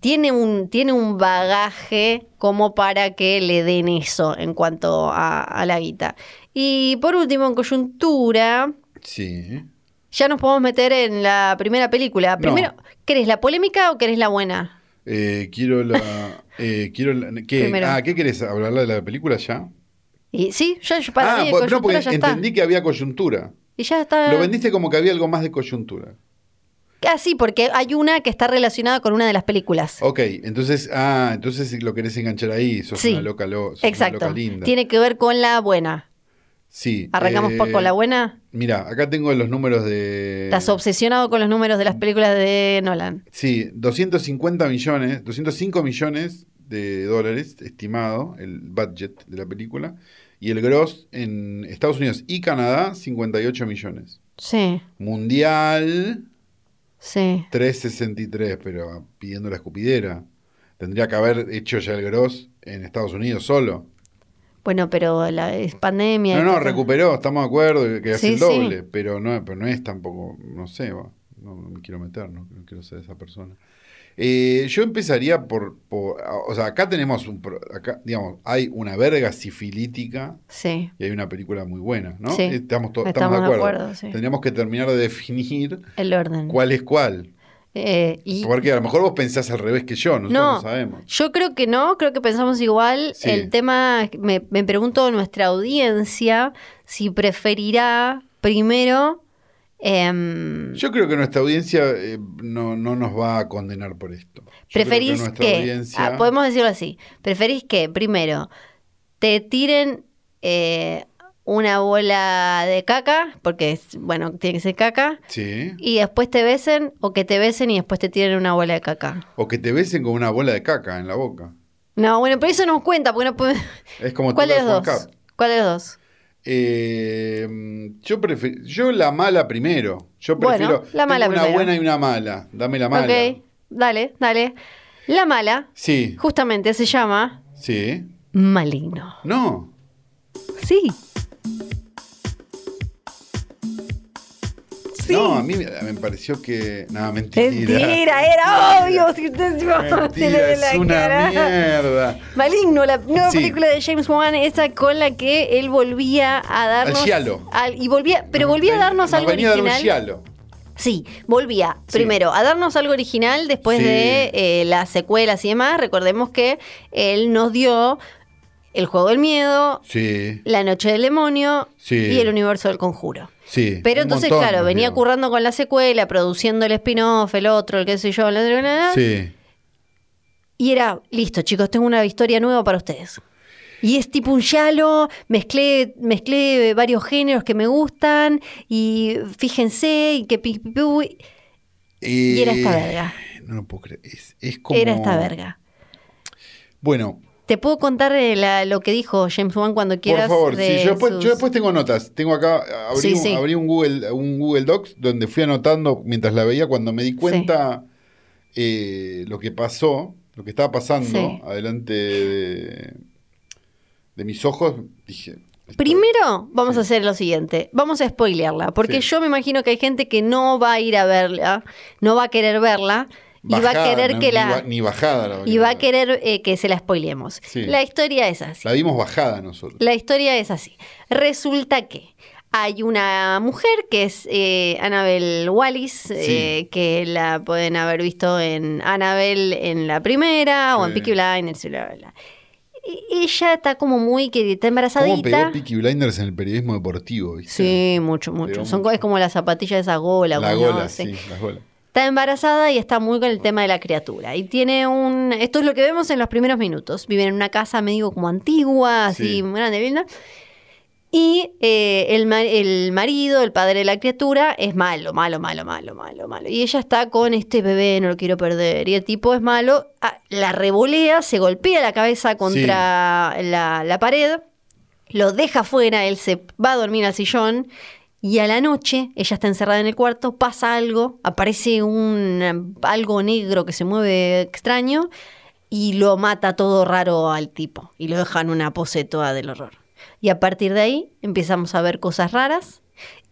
tiene un, tiene un bagaje como para que le den eso en cuanto a, a la guita. Y por último, en coyuntura,
Sí.
ya nos podemos meter en la primera película. Primero, ¿querés la polémica o querés la buena?
Eh, quiero la. eh, quiero la- ¿qué?
Primero.
Ah, ¿qué querés? ¿Hablarla de la película ya?
Y, sí, ya yo para
ah,
mí de
po- no,
coyuntura
porque
ya está. Ah.
entendí que había coyuntura.
Y ya está.
Lo vendiste como que había algo más de coyuntura.
Ah, sí, porque hay una que está relacionada con una de las películas.
Ok, entonces, ah, entonces lo querés enganchar ahí. Sos
Sí,
una loca, lo, sos una
Exacto.
loca linda.
Tiene que ver con la buena.
Sí.
Arrancamos
eh,
por con la buena.
Mira, acá tengo los números de.
Estás obsesionado con los números de las películas de Nolan.
Sí, 250 millones, 205 millones de dólares estimado el budget de la película y el gross en Estados Unidos y Canadá 58 millones.
Sí,
Mundial
sí.
363, pero pidiendo la escupidera. Tendría que haber hecho ya el gross en Estados Unidos solo.
Bueno, pero la es pandemia.
No,
y
no,
todo.
recuperó, estamos de acuerdo que hace
Sí,
el
sí.
doble, pero no pero no es tampoco, no sé, va, no, no me quiero meter, no, no quiero ser esa persona. Eh, yo empezaría por, por- O sea, acá tenemos un. pro- Acá, digamos, hay una verga sifilítica
Sí.
y hay una película muy buena, ¿no?
Sí.
Eh, Estamos, to-
Estamos de
de acuerdo.
acuerdo, sí.
Tendríamos que terminar de definir
El orden.
cuál es cuál.
Eh, y
Porque a lo mejor vos pensás al revés que yo, nosotros no,
No.
sabemos.
yo creo que no, creo que pensamos igual.
Sí.
El tema, me, me pregunto nuestra audiencia si preferirá primero... em,
Yo creo que nuestra audiencia eh, no, no nos va a condenar por esto. Yo creo
¿Preferís que,
nuestra audiencia-
ah, podemos decirlo así, preferís que primero te tiren eh, una bola de caca, porque es- bueno, tiene que ser caca,
Sí.
y después te besen o que te besen y después te tiren una bola de caca?
O que te besen con una bola de caca en la boca.
No, bueno, pero eso no cuenta, porque no puede-
Es como
¿Cuál de
tirar
los dos?
Juan Cap.
¿Cuál de los dos?
Eh, yo prefiero, yo la mala primero. Yo
Bueno,
prefiero
la mala
tengo una
primero.
buena y una mala. Dame la mala.
Ok, dale, dale. La mala,
Sí,
justamente se llama
sí.
maligno.
No.
Sí. Sí.
No, a mí me, me pareció que. No, mentira.
Mentira, era
Mentira.
obvio. Si usted se va a
Mentira,
tener
es
la
una
cara.
mierda.
Maligno, la nueva
Sí.
película de James Wan, esa con la que él volvía a darnos.
Al giallo.
al- y volvía, pero volvía a darnos
Nos
algo
venía a dar un
original.
giallo.
Sí, volvía
Sí.
primero a darnos algo original después
Sí.
de eh, las secuelas y demás. Recordemos que él nos dio El juego del miedo,
Sí,
La noche del demonio
Sí.
y El universo del conjuro.
sí.
Pero
un
entonces,
montón
claro,
nos
venía
dio.
currando con la secuela, produciendo el spin-off, el otro, el qué sé yo, la, la, la, la.
Sí.
Y era, listo, chicos, tengo una historia nueva para ustedes. Y es tipo un yalo, mezclé, mezclé varios géneros que me gustan, y fíjense, y que pi- pi- pi-
Eh,
Y era esta verga.
No lo puedo creer. Es, es como.
era esta verga.
Bueno,
Te puedo contar eh, la- lo que dijo James Wan cuando quieras.
Por favor,
de
sí, yo después,
sus-
yo después tengo notas. Tengo acá, abrí,
Sí,
un,
sí.
abrí un Google, un Google Docs donde fui anotando mientras la veía cuando me di cuenta eh, lo que pasó, lo que estaba pasando
Sí.
adelante de, de mis ojos. Dije. esto-
Primero vamos
Sí.
a hacer lo siguiente, vamos a spoilearla, porque
Sí.
yo me imagino que hay gente que no va a ir a verla, no va a querer verla, y va a
bajada,
querer
no,
que
ni
la...
ba- Ni bajada la
y va a
bajada.
querer eh, que se la spoilemos.
Sí.
La historia es así.
La vimos bajada nosotros.
La historia es así. Resulta que hay una mujer que es eh, Annabel Wallis, eh, que la pueden haber visto en Annabel en la primera o en
Sí.
Peaky Blinders. Bla, bla, bla. Y- Ella está como muy que está embarazadita.
¿Cómo pegó Peaky Blinders en el periodismo deportivo? ¿viste?
Sí, mucho, mucho.
Pegó
Son,
mucho.
es como la zapatilla de esa gola.
la
cuando-
gola,
sí.
sí, la gola.
Está embarazada y está muy con el tema de la criatura. Y tiene un. Esto es lo que vemos en los primeros minutos. Viven en una casa medio como antigua, así,
Sí.
muy grande, linda. Y eh, el, ma- el marido, el padre de la criatura, es malo, malo, malo, malo, malo, malo. Y ella está con este bebé, no lo quiero perder. Y el tipo es malo, ah, la revolea, se golpea la cabeza contra la, la pared, lo deja afuera, él se va a dormir al sillón. Y a la noche, ella está encerrada en el cuarto, pasa algo, aparece un algo negro que se mueve extraño y lo mata todo raro al tipo y lo deja en una pose toda del horror. Y a partir de ahí empezamos a ver cosas raras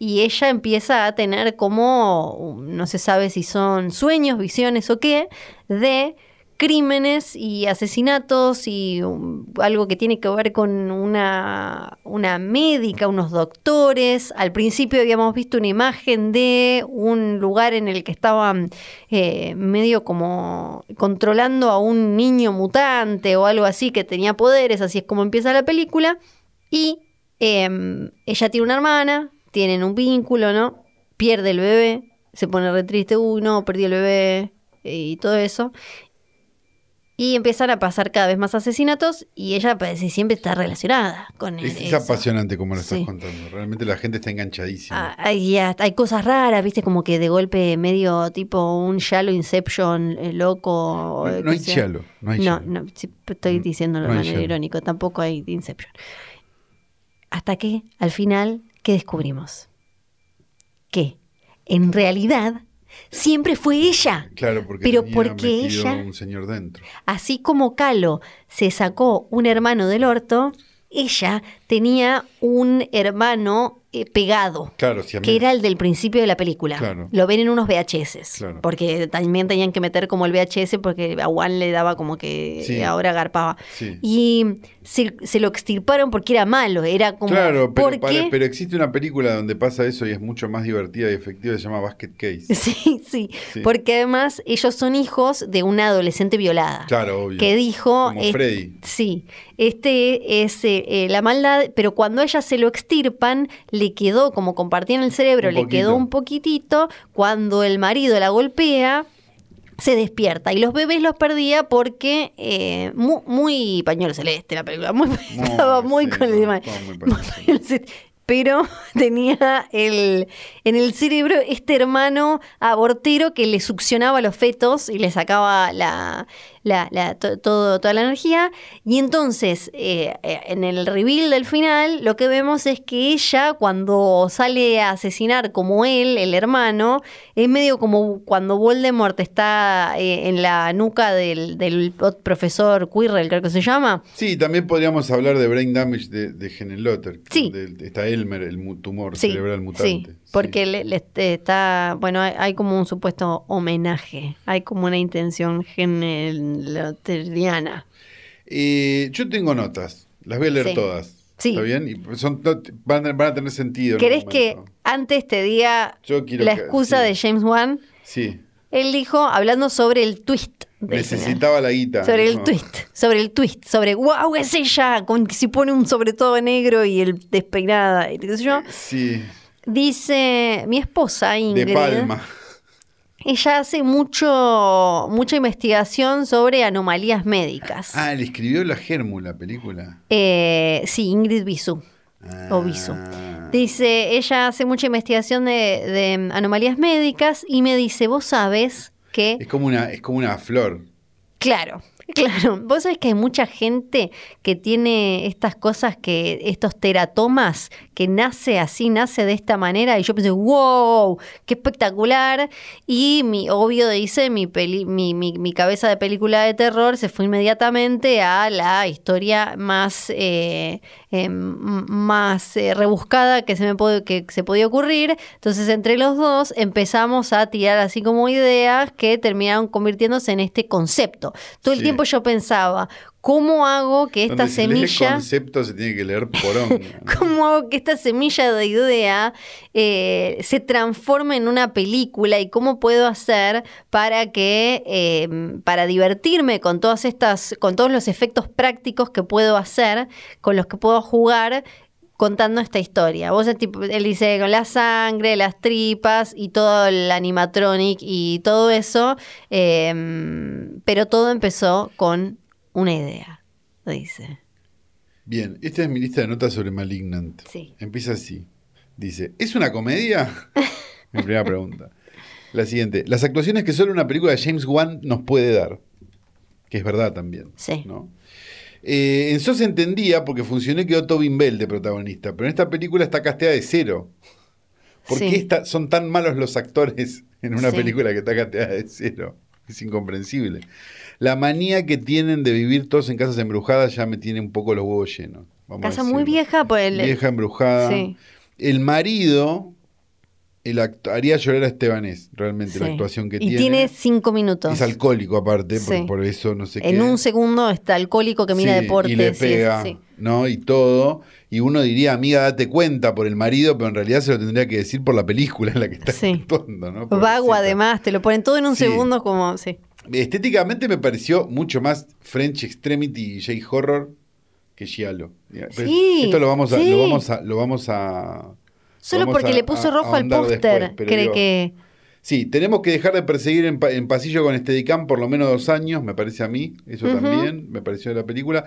y ella empieza a tener como, no se sabe si son sueños, visiones o qué, de crímenes y asesinatos y um, algo que tiene que ver con una, una médica, unos doctores. Al principio habíamos visto una imagen de un lugar en el que estaban eh, medio como controlando a un niño mutante o algo así que tenía poderes, así es como empieza la película. Y eh, ella tiene una hermana, tienen un vínculo, ¿no? Pierde el bebé, se pone re triste, uy, no, perdí el bebé eh, y todo eso. Y empiezan a pasar cada vez más asesinatos y ella parece siempre está relacionada con
Es, es
eso.
apasionante como lo estás
Sí.
contando. Realmente la gente está enganchadísima.
Ah, Hay, hay cosas raras, viste, como que de golpe medio tipo un Shallow Inception eh, loco. o
No-
qué
no hay
sé.
giallo, no hay
No,
giallo.
no, sí, estoy diciéndolo
no hay
de manera
giallo.
irónico, tampoco hay Inception. Hasta que, al final, ¿qué descubrimos? Que, en realidad, siempre fue ella.
Claro, porque
Pero
tenía
porque
metido
ella-
un señor dentro.
Así como Calo se sacó un hermano del orto, ella tenía un hermano eh, pegado.
Claro, si a mí-
Que era el del principio de la película.
Claro.
Lo ven en unos VHS.
Claro.
Porque también tenían que meter como el VHS porque a Juan le daba como que
Sí.
eh, ahora garpaba.
Sí.
Y se, se lo extirparon porque era malo. Era como.
Claro, pero,
¿por
para-
qué?
pero existe una película donde pasa eso y es mucho más divertida y efectiva, se llama Basket Case.
Sí, sí,
Sí.
Porque además ellos son hijos de una adolescente violada.
Claro, obvio.
Que dijo.
Como
eh,
Freddy.
Sí, este es eh, eh, la maldad, pero cuando a ella se lo extirpan, le quedó, como compartían el cerebro,
Un
le quedó
poquito.
un poquitito. Cuando el marido la golpea, se despierta. Y los bebés los perdía porque eh, mu- muy, pañuelo celeste la película, muy,
Muy,
estaba muy
sí,
con el
no,
tema-
estaba muy
muy
pañuelo celeste.
pañuelo celeste. Pero tenía el, en el cerebro este hermano abortero que le succionaba los fetos y le sacaba la, la- la- to- todo, toda la energía. Y entonces, eh, eh, en el reveal del final, lo que vemos es que ella, cuando sale a asesinar como él, el hermano, es medio como cuando Voldemort está eh, en la nuca del, del profesor Quirrell, creo que se llama.
Sí, también podríamos hablar de brain damage de, de Henenlotter.
Sí.
donde está Elmer, el mu- tumor
Sí,
cerebral mutante.
sí, porque
Sí.
le- le este- está, bueno, hay, hay como un supuesto homenaje, hay como una intención geneloteriana.
Eh, yo tengo notas, las voy a leer
Sí.
todas.
Sí.
¿Está bien? Y son not- van, a, van a tener sentido. en un
¿Querés que
momento.
antes te diga
Yo quiero
la
que-
excusa
sí.
de James Wan?
Sí,
Él dijo, hablando sobre el twist. del final.
necesitaba la guita.
Sobre el
¿no?
twist, sobre el twist, sobre wow, es ella, con que si pone un sobre todo negro y el despeinada, y qué sé yo.
Sí,
Dice mi esposa Ingrid.
de Palma.
Ella hace mucho, mucha investigación sobre anomalías médicas.
Ah, le escribió la Germu la película.
Eh, sí, Ingrid Bisú.
Ah.
O Bisú. Dice, ella hace mucha investigación de, de anomalías médicas y me dice, vos sabes
Es
que...
como una, es como una flor.
Claro, claro. Vos sabés que hay mucha gente que tiene estas cosas que, estos teratomas, que nace así, nace de esta manera. Y yo pensé, wow, qué espectacular. Y mi, obvio, dice, mi, peli, mi, mi, mi cabeza de película de terror se fue inmediatamente a la historia más, eh, eh, m- más eh, rebuscada que se me puede, que se podía ocurrir. Entonces, entre los dos empezamos a tirar así como ideas que terminaron convirtiéndose en este concepto. Todo el
Sí.
tiempo yo pensaba, ¿cómo hago que esta
Donde se lee
semilla...
concepto se tiene que leer porón.
¿Cómo hago que esta semilla de idea eh, se transforme en una película y cómo puedo hacer para que eh, para divertirme con todas estas, con todos los efectos prácticos que puedo hacer, con los que puedo jugar contando esta historia. Vos, eh, tipo, él dice, con la sangre, las tripas y todo el animatronic y todo eso, eh, pero todo empezó con una idea, dice.
Bien, esta es mi lista de notas sobre Malignant.
Sí.
Empieza así. Dice, ¿es una comedia? mi primera pregunta. La siguiente, las actuaciones que solo una película de James Wan nos puede dar. Que es verdad también.
Sí.
¿no? Eh, en SOS entendía porque funcionó y quedó Tobin Bell de protagonista, pero en esta película está casteada de cero. ¿Por
Sí.
qué está- son tan malos los actores en una
Sí.
película que está casteada de cero? Es incomprensible. La manía que tienen de vivir todos en casas embrujadas ya me tiene un poco los huevos llenos. vamos a
Casa muy
decirlo.
vieja, por el,
Vieja embrujada.
Sí.
El marido el act- haría llorar a Estebanés, realmente, la
Sí.
actuación que
y
tiene.
cinco minutos.
es alcohólico aparte, por-
Sí.
por, eso no sé qué.
en un segundo está alcohólico que mira
Sí,
deportes.
Y le
sí,
pega,
sí.
¿no? Y todo. Y uno diría, amiga, date cuenta por el marido, pero en realidad se lo tendría que decir por la película en la que está
Sí.
actuando, ¿no?
Vago
Pobrecita.
además, te lo ponen todo en un
Sí.
segundo como... Sí.
Estéticamente me pareció mucho más French Extremity y J Horror que Giallo. Pero
Sí,
Esto lo vamos a,
sí.
lo vamos a, lo vamos a.
Solo
vamos
porque
a-
le puso
a-
rojo
a
al
ahondar
póster,
después, pero
cree
digo,
que...
Sí, tenemos que dejar de perseguir en, pa- en pasillo con este Steadicam por lo menos dos años, me parece a mí. Eso
Ujú.
también me pareció de la película.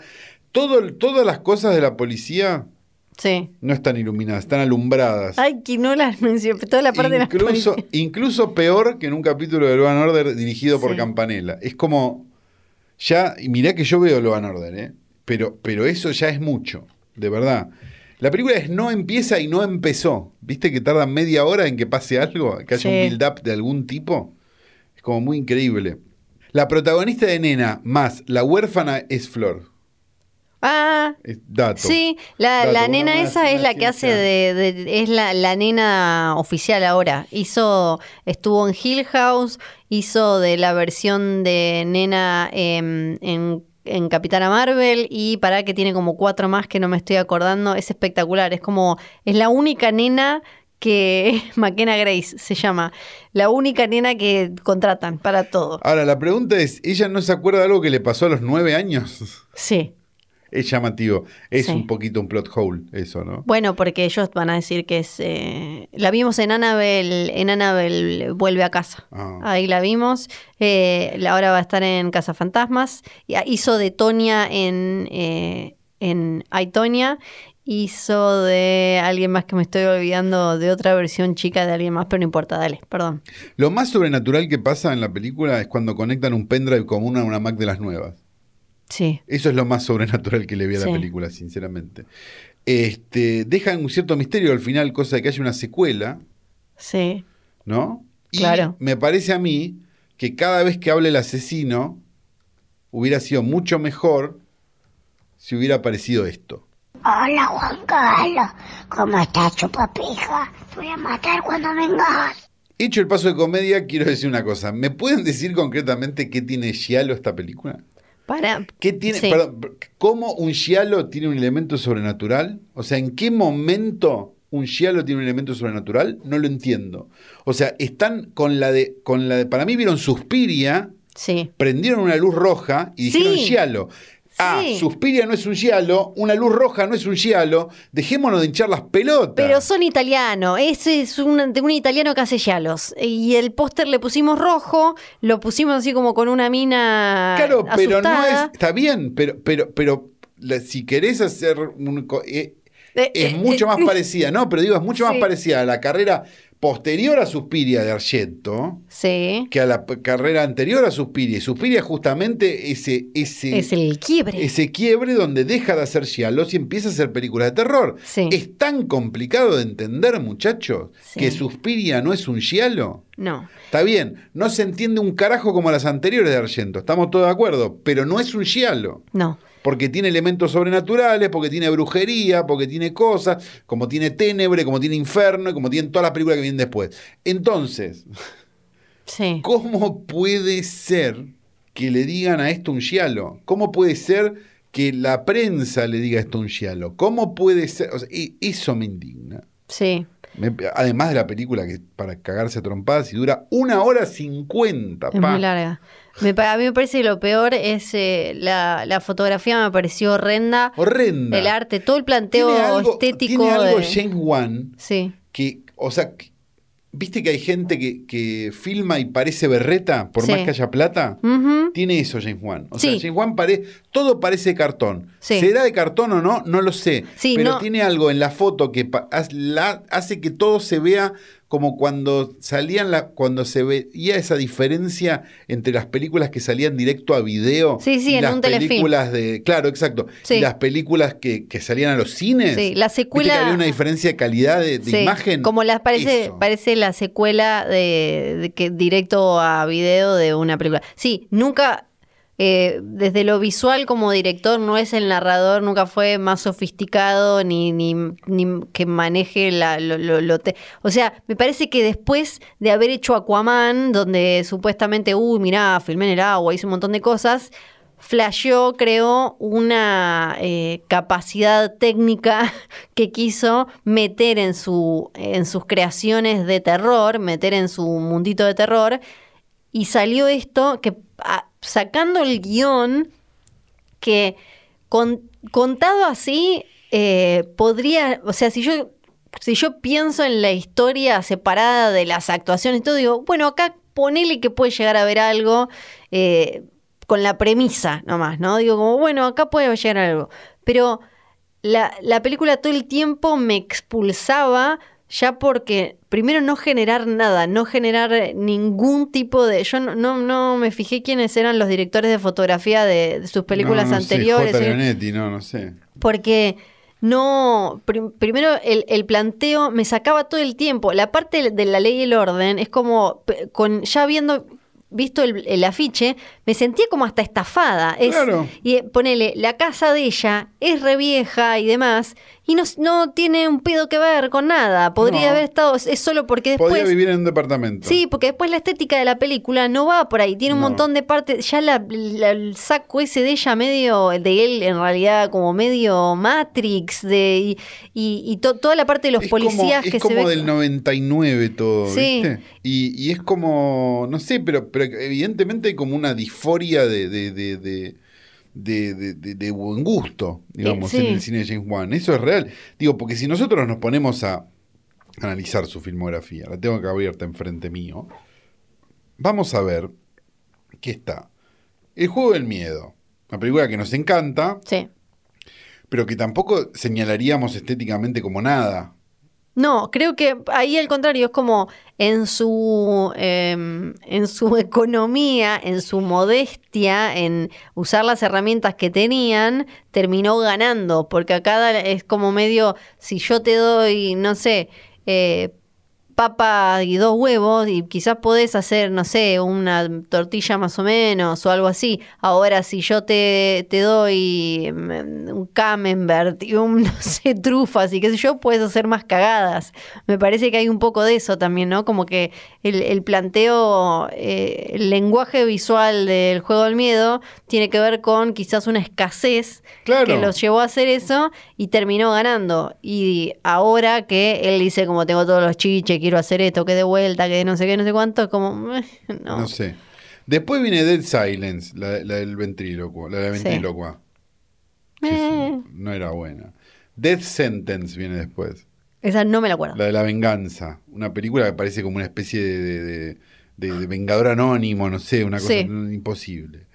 Todo, el- todas las cosas de la policía
Sí.
no están iluminadas, están alumbradas.
Ay, que no las mencioné, toda la parte
incluso,
de la
incluso peor que en un capítulo de Law and Order dirigido por
Sí.
Campanella. Es como, ya, y mirá que yo veo Law and Order, ¿eh? pero, pero eso ya es mucho, de verdad. La película es no empieza y no empezó. ¿Viste que tarda media hora en que pase algo? Que haya
Sí.
un build-up de algún tipo. Es como muy increíble. La protagonista de Nena más la huérfana es Flor.
Ah,
Es dato.
sí, la,
Dato,
la
una-
nena
una-
esa es
una
la que hace
ciencia.
de, de- es la, la nena oficial ahora. Hizo, estuvo en Hill House, hizo de la versión de nena em, en, en Capitana Marvel y para que tiene como cuatro más que no me estoy acordando. Es espectacular, es como, es la única nena que Maquena Grace se llama, la única nena que contratan para todo.
Ahora, la pregunta es, ¿ella no se acuerda de algo que le pasó a los nueve años?
Sí.
Es llamativo. Es
Sí.
un poquito un plot hole eso, ¿no?
Bueno, porque ellos van a decir que es. eh, la vimos en Annabel, en Annabel vuelve a casa.
Ah.
Ahí la vimos. Eh, la- ahora va a estar en Casa Fantasmas. ah, Hizo de Tonia en, eh, en Ay, Tonia. Hizo de alguien más que me estoy olvidando, de otra versión chica de alguien más, pero no importa, dale, perdón.
Lo más sobrenatural que pasa en la película es cuando conectan un pendrive común a una Mac de las nuevas.
Sí.
Eso es lo más sobrenatural que le vi a la
Sí.
película, sinceramente. Este, dejan un cierto misterio al final, cosa de que haya una secuela,
Sí.
¿no? Y
Claro.
me parece a mí que cada vez que hable el asesino, hubiera sido mucho mejor si hubiera aparecido esto.
Hola Juan Carlos, ¿cómo estás chupapija? Te voy a matar cuando vengas.
Hecho el paso de comedia, quiero decir una cosa. ¿Me pueden decir concretamente qué tiene Giallo esta película?
Para.
¿Qué tiene,
Sí.
perdón, ¿Cómo un giallo tiene un elemento sobrenatural? O sea, ¿en qué momento un giallo tiene un elemento sobrenatural? No lo entiendo. O sea, están con la de. Con la de para mí vieron Suspiria,
Sí.
prendieron una luz roja y
Sí.
dijeron giallo. Ah,
Sí.
Suspiria no es un giallo, una luz roja no es un giallo, dejémonos de hinchar las pelotas.
Pero son italiano, ese es un, de un italiano que hace yalos. Y el póster le pusimos rojo, lo pusimos así como con una mina.
Claro, pero no es.
asustada.
Está bien, pero, pero, pero la- si querés hacer un. co- eh,
Eh,
es
eh,
mucho
eh,
más parecida, no, pero digo, es mucho más
Sí.
parecida a la carrera posterior a Suspiria de Argento
Sí,
que a la p- carrera anterior a Suspiria. Y Suspiria es justamente ese, ese,
es el quiebre.
ese quiebre donde deja de hacer giallos y empieza a hacer películas de terror.
Sí.
Es tan complicado de entender, muchachos,
Sí.
que Suspiria no es un giallo.
No.
Está bien, no se entiende un carajo como las anteriores de Argento, estamos todos de acuerdo, pero no es un giallo.
No,
Porque tiene elementos sobrenaturales, porque tiene brujería, porque tiene cosas, como tiene Tenebre, como tiene Inferno, y como tienen todas las películas que vienen después. Entonces,
sí.
¿cómo puede ser que le digan a esto un giallo? ¿Cómo puede ser que la prensa le diga esto un giallo? ¿Cómo puede ser? O sea, e- eso me indigna.
Sí.
Me- además de la película que es para cagarse a trompadas y dura una hora cincuenta.
Es
pa.
muy larga. Me pa- a mí me parece que lo peor es eh, la, la fotografía, me pareció horrenda.
Horrenda.
El arte, todo el planteo
tiene algo,
estético.
Tiene algo
de-
James Wan
Sí,
que, o sea, que- viste que hay gente que, que filma y parece berreta, por
Sí.
más que haya plata.
Ujú.
Tiene eso James Wan. O sea,
Sí.
James Wan pare- todo parece cartón.
Sí.
¿Será de cartón o no? No lo sé.
Sí,
Pero
no-
tiene algo en la foto que pa- haz- la- hace que todo se vea como cuando salían la, cuando se veía esa diferencia entre las películas que salían directo a video
Sí, sí,
y
en
las
un telefilm.
películas de. Claro, exacto.
Sí.
Y las películas que, que salían a los cines.
Sí, la
Viste que
secuela-
había una diferencia de calidad de, de
Sí,
imagen.
Como las parece,
Eso.
parece la secuela de, de que directo a video de una película. Sí, nunca, eh, desde lo visual como director, no es el narrador, nunca fue más sofisticado ni, ni, ni que maneje la, lo, lo- lo te- O sea, me parece que después de haber hecho Aquaman, donde supuestamente, uy, mirá, filmé en el agua, hice un montón de cosas. Flasheó, creó una eh, capacidad técnica que quiso meter en, su, en sus creaciones de terror, meter en su mundito de terror, y salió esto que a- sacando el guión, que con- contado así, eh, podría, o sea, si yo, si yo pienso en la historia separada de las actuaciones, y todo digo, bueno, acá ponele que puede llegar a ver algo eh, con la premisa nomás, ¿no? Digo, como, bueno, acá puede llegar a algo. Pero la, la película todo el tiempo me expulsaba ya porque primero no generar nada, no generar eh, ningún tipo de... Yo no, no, no me fijé quiénes eran los directores de fotografía de, de sus películas
No, no sé,
anteriores.
J.
eh,
Leonetti, no, no sé.
porque no, prim- primero el, el planteo me sacaba todo el tiempo. La parte de la ley y el orden es como, p- con ya viendo, visto el, el afiche, me sentía como hasta estafada. Es-
Claro.
Y eh, ponele, la casa de ella es re vieja y demás, y no, no tiene un pedo que ver con nada. Podría
No.
haber estado, es solo porque después...
Podía vivir en un departamento.
Sí, porque después la estética de la película no va por ahí, tiene un
No.
montón de partes, ya la, la- el saco ese de ella medio, de él en realidad como medio Matrix, de, y, y- y to- toda la parte de los
es
policías
como, es
que
como
se ve...
del 99 todo,
Sí.
¿viste? Y, y es como, no sé, pero, pero evidentemente hay como una disforia de, de, de, de, de- de- de- de buen gusto, digamos,
sí.
en el cine de James Wan. Eso es real. Digo, porque si nosotros nos ponemos a analizar su filmografía, la tengo acá abierta enfrente mío, vamos a ver que está El Juego del Miedo, una película que nos encanta,
Sí.
pero que tampoco señalaríamos estéticamente como nada.
No, creo que ahí al contrario, es como en su, eh, en su economía, en su modestia, en usar las herramientas que tenían, terminó ganando, porque acá da- es como medio, si yo te doy, no sé, eh, papa y dos huevos y quizás podés hacer, no sé, una tortilla más o menos o algo así. Ahora, si yo te, te doy mm, un camembert y un, no sé, trufas y qué sé yo, puedes hacer más cagadas. Me parece que hay un poco de eso también, ¿no? Como que el, el planteo, eh, el lenguaje visual del juego del miedo tiene que ver con quizás una escasez
Claro.
que los llevó a hacer eso y terminó ganando. Y ahora que él dice, como tengo todos los chiches, quiero hacer esto, que de vuelta, que no sé qué, no sé cuánto, es como, eh, no.
No sé. Después viene Dead Silence, la, la del ventrílocua. La de la
Sí.
ventrílocua. que es-
Eh,
no era buena. Death Sentence viene después.
esa no me la acuerdo.
La de la venganza. Una película que parece como una especie de, de- de- de- de vengador anónimo, no sé, una cosa
Sí.
imposible.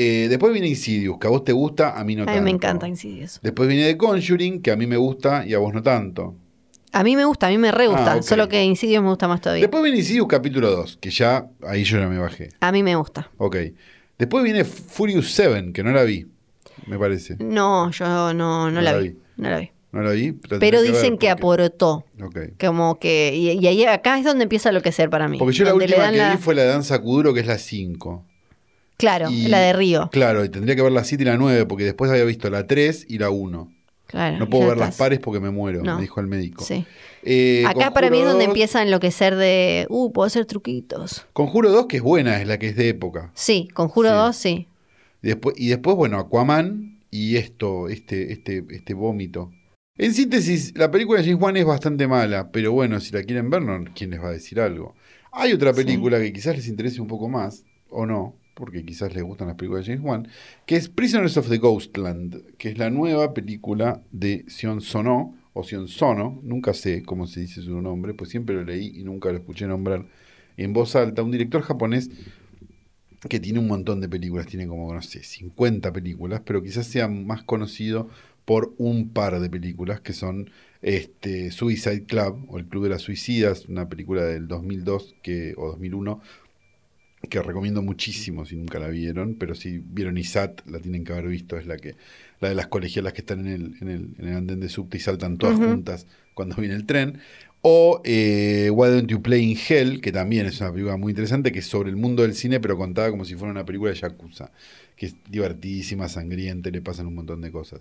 Eh, después viene Insidious, que a vos te gusta, a mí no
a
tanto.
mí me encanta Insidious.
Después viene The Conjuring, que a mí me gusta y a vos no tanto.
A mí me gusta, a mí me re gusta,
Ah, ok.
solo que Insidious me gusta más todavía.
Después viene Insidious capítulo 2, que ya ahí yo ya me bajé.
A mí me gusta.
Ok. Después viene Furious 7, que no la vi, me parece.
No, yo no, no, la, vi. No la vi.
No la vi. pero
Pero
tendré
dicen
ver
que
por
aportó.
qué. Ok.
Como que. Y, y ahí acá es donde empieza lo que ser para mí.
Porque yo la
Donde le
última
dan
que
la-
vi fue la de Danza Kuduro, que es la 5.
Claro, la de Río.
Claro, y tendría que ver la 7 y la 9, porque después había visto la 3 y la 1.
Claro,
No puedo
Ah, ya
ver las
estás.
pares porque me muero,
No.
me dijo el médico.
Sí.
Eh,
Acá
Conjuro
para mí es donde
2,
empieza a enloquecer de, uh, puedo hacer truquitos.
Conjuro 2, que es buena, es la que es de época.
Sí, Conjuro
Sí.
2, sí.
Y después, y después bueno, Aquaman y esto, este, este, este vómito. En síntesis, la película de James Wan es bastante mala, pero bueno, si la quieren ver, no, ¿quién les va a decir algo? Hay otra película que quizás les interese un poco más, o no, porque quizás les gustan las películas de James Wan, que es Prisoners of the Ghostland, que es la nueva película de Sion Sono, o Sion Sono, nunca sé cómo se dice su nombre, pues siempre lo leí y nunca lo escuché nombrar en voz alta, un director japonés que tiene un montón de películas, tiene como, no sé, 50 películas, pero quizás sea más conocido por un par de películas que son este, Suicide Club o El Club de las Suicidas, una película del 2002 que, o 2001 que recomiendo muchísimo si nunca la vieron, pero si vieron ISAT la tienen que haber visto, es la que la de las colegialas que están en el, en el, en el andén de subte y saltan todas juntas cuando viene el tren. O eh, Why Don't You Play in Hell, que también es una película muy interesante, que es sobre el mundo del cine, pero contada como si fuera una película de Yakuza, que es divertidísima, sangrienta, y le pasan un montón de cosas.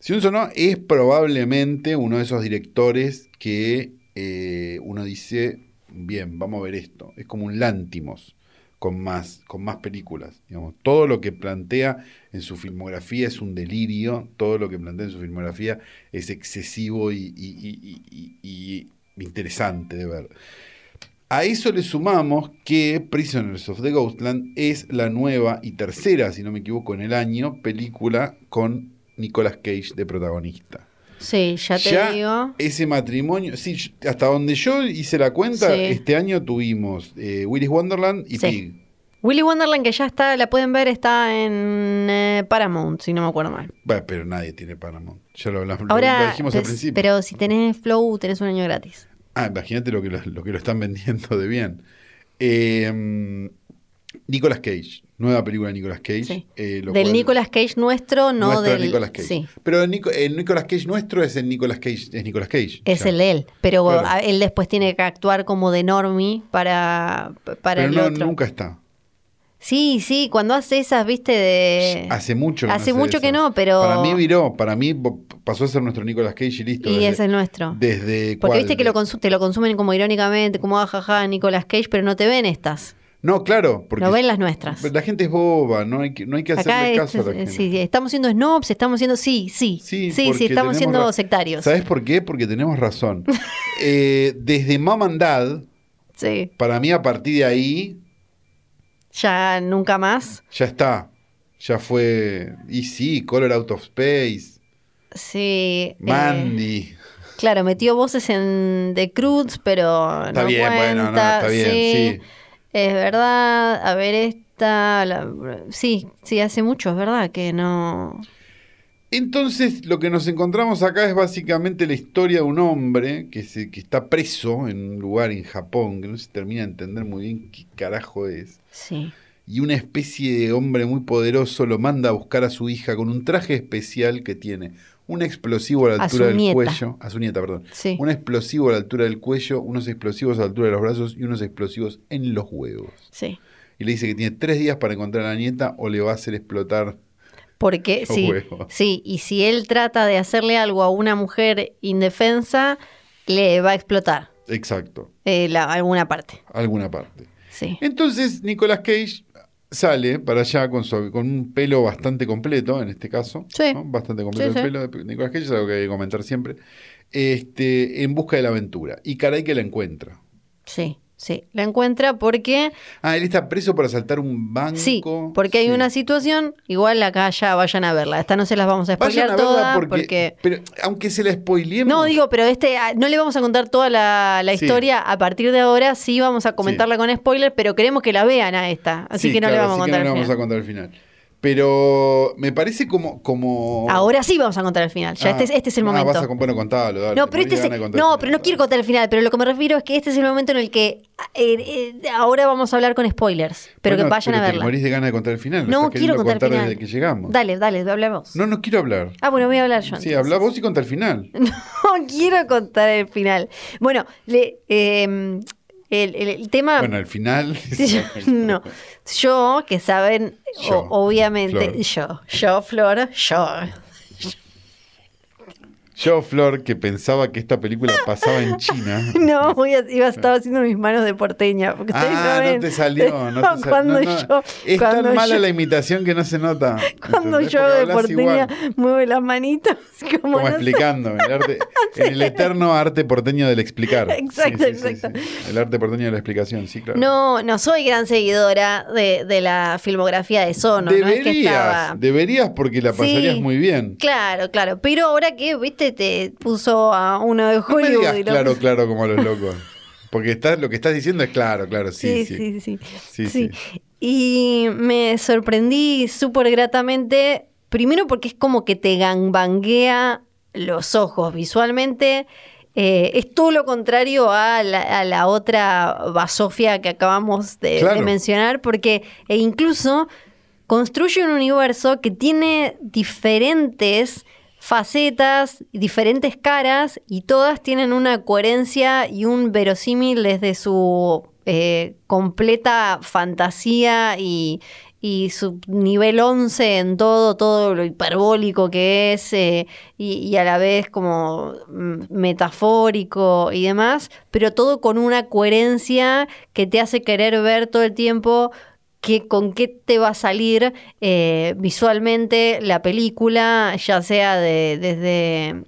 Si un no es probablemente uno de esos directores que eh, uno dice, bien, vamos a ver esto. Es como un Lántimos con más, con más películas. Digamos, todo lo que plantea en su filmografía es un delirio, todo lo que plantea en su filmografía es excesivo y, y- y- y- y- y interesante de ver. A eso le sumamos que Prisoners of the Ghostland es la nueva y tercera, si no me equivoco, en el año, película con Nicolas Cage de protagonista.
Sí, ya te digo.
Ese matrimonio, sí, yo- hasta donde yo hice la cuenta,
Sí.
este año tuvimos eh, Willis Wonderland y
Sí.
Pig.
Willy Wonderland, que ya está, la pueden ver, está en eh, Paramount, si no me acuerdo mal.
Bueno, pero nadie tiene Paramount. Ya lo, hablamos- lo-
Ahora,
lo dijimos al
pues,
principio.
pero si tenés Flow, tenés un año gratis.
Ah, imagínate lo que lo, lo que lo están vendiendo de bien. Eh, Nicolas Cage, nueva película de Nicolas Cage.
Sí.
eh, lo
del
cual-
Nicolas Cage nuestro, no
nuestro de
del...
Nicolas Cage.
Sí,
Pero el, Nico- el Nicolas Cage nuestro es el Nicolas Cage, es Nicolas Cage.
es
ya.
el E de él. Pero
Claro.
a- él después tiene que actuar como de normie para, para
Pero
el
no,
otro.
nunca está.
Sí, sí, cuando hace esas, viste, de...
Hace mucho que
Eh, Hace
no hace
mucho
eso.
que no, pero...
Para mí viró, para mí bo- pasó a ser nuestro Nicolas Cage y listo.
Y
desde-
ese es nuestro.
Desde
Porque
cuál,
viste que
de-
lo consu- te lo consumen como irónicamente, como ajaja, Nicolas Cage, pero no te ven estas.
No, claro, porque
no ven las nuestras.
la gente es boba, no hay que, no hay que
Acá este
hacerle
es-
caso a la gente.
sí, estamos siendo snobs, estamos siendo. Sí, sí. Sí, sí,
porque
estamos
tenemos
siendo
ra-
sectarios.
¿Sabes por qué? Porque tenemos razón. Eh, desde Mamandad,
Sí.
para mí a partir de ahí,
Ya nunca más.
ya está. Ya fue. Y sí, Color Out of Space,
Sí. eh,
Mandy.
claro, metió voces en The Cruz, pero.
Está
no
bien, bueno, no,
cuenta,
está bien, sí.
Es verdad. A ver, esta. la- sí, sí, hace mucho, es verdad que no.
Entonces, lo que nos encontramos acá es básicamente la historia de un hombre que, se, que está preso en un lugar en Japón, que no se termina de entender muy bien qué carajo es.
Sí.
y una especie de hombre muy poderoso lo manda a buscar a su hija con un traje especial que tiene un explosivo a la
A su
altura del
nieta.
cuello, a su nieta, perdón,
Sí.
un explosivo a la altura del cuello, unos explosivos a la altura de los brazos y unos explosivos en los huevos.
Sí.
Y le dice que tiene tres días para encontrar a la nieta o le va a hacer explotar.
Porque
Yo
sí,
juego.
sí, y si él trata de hacerle algo a una mujer indefensa, le va a explotar
Exacto,
eh, la- alguna parte.
alguna parte.
Sí.
Entonces Nicolas Cage sale para allá con, su- con un pelo bastante completo, en este caso.
Sí.
¿no? Bastante completo
Sí,
el
sí.
pelo de Nicolas Cage, es algo que hay que comentar siempre. Este, en busca de la aventura. Y caray que la encuentra.
Sí, sí. La encuentra porque
Ah, él está preso para saltar un banco.
sí, porque hay
Sí.
una situación, igual acá ya vayan a verla. Esta no se las vamos a
Vayan
spoilear
a verla
todas
porque,
porque,
Pero aunque se la spoileemos.
No, digo, pero este ah, no le vamos a contar toda la, la
Sí.
historia a partir de ahora, sí vamos a comentarla con spoilers, pero queremos que la vean a esta, así
Sí,
que no le
claro,
vamos a
así que no
contar. al
le vamos
final.
a contar el final. Pero me parece como. como...
Ahora sí vamos a contar el final,
Ah,
ya este, es, este es el
ah,
momento.
vas a, bueno, contalo, dale,
No, pero
morí de
este es-
ganas de contar el
no,
final,
pero no
dale.
quiero contar el final, pero lo que me refiero es que este es el momento en el que eh, eh, ahora vamos a hablar con spoilers, pero
Bueno,
que vayan
pero
a
te
verla.
morís de ganas de contar el final. lo
No
estás
quiero
queriendo
contar el final.
desde que llegamos.
Dale, dale, habla vos.
No, no quiero hablar.
Ah, bueno, voy a hablar yo.
sí,
entonces.
habla vos y conta el final.
No quiero contar el final. Bueno, le- eh, el, el- el tema...
Bueno, el final.
no, yo, que saben, o-
Yo,
obviamente,
Flor.
yo, yo, Flor, yo.
Yo, Flor, que pensaba que esta película pasaba en China.
No, voy a, iba, estaba haciendo mis manos de porteña. Porque ustedes
Ah,
saben-
no te salió, no te salió.
Cuando
No, no.
yo...
Es
cuando
tan mala
yo-
la imitación que no se nota.
Cuando
¿entendés? Porque
yo hago de
hablas
porteña,
igual,
mueve las manitas. Como,
Como
no sé.
explicando, el arte- en el eterno arte porteño del explicar. Sí,
Exacto,
sí, sí,
exacto.
sí. El arte porteño de la explicación, sí, claro.
No, no soy gran seguidora de, de la filmografía de Sono.
deberías,
no es que estaba...
deberías porque la pasarías
Sí.
muy bien.
Claro, claro. Pero ahora que, viste, te puso a uno de
No me
Hollywood.
digas
y lo-
claro, claro, como a los locos. Porque estás, lo que estás diciendo es claro, claro, sí,
Sí,
sí.
sí, sí.
Sí,
Sí. Y me sorprendí súper gratamente. Primero porque es como que te gangbanguea los ojos visualmente. eh, es todo lo contrario a la, a la otra basofia que acabamos de, de
Claro.
mencionar, porque e incluso construye un universo que tiene diferentes facetas, diferentes caras, y todas tienen una coherencia y un verosímil desde su eh, completa fantasía y, y su nivel 11 en todo, todo lo hiperbólico que es, eh, y, y a la vez como mm, metafórico y demás, pero todo con una coherencia que te hace querer ver todo el tiempo que, con qué te va a salir eh, visualmente la película, ya sea de, desde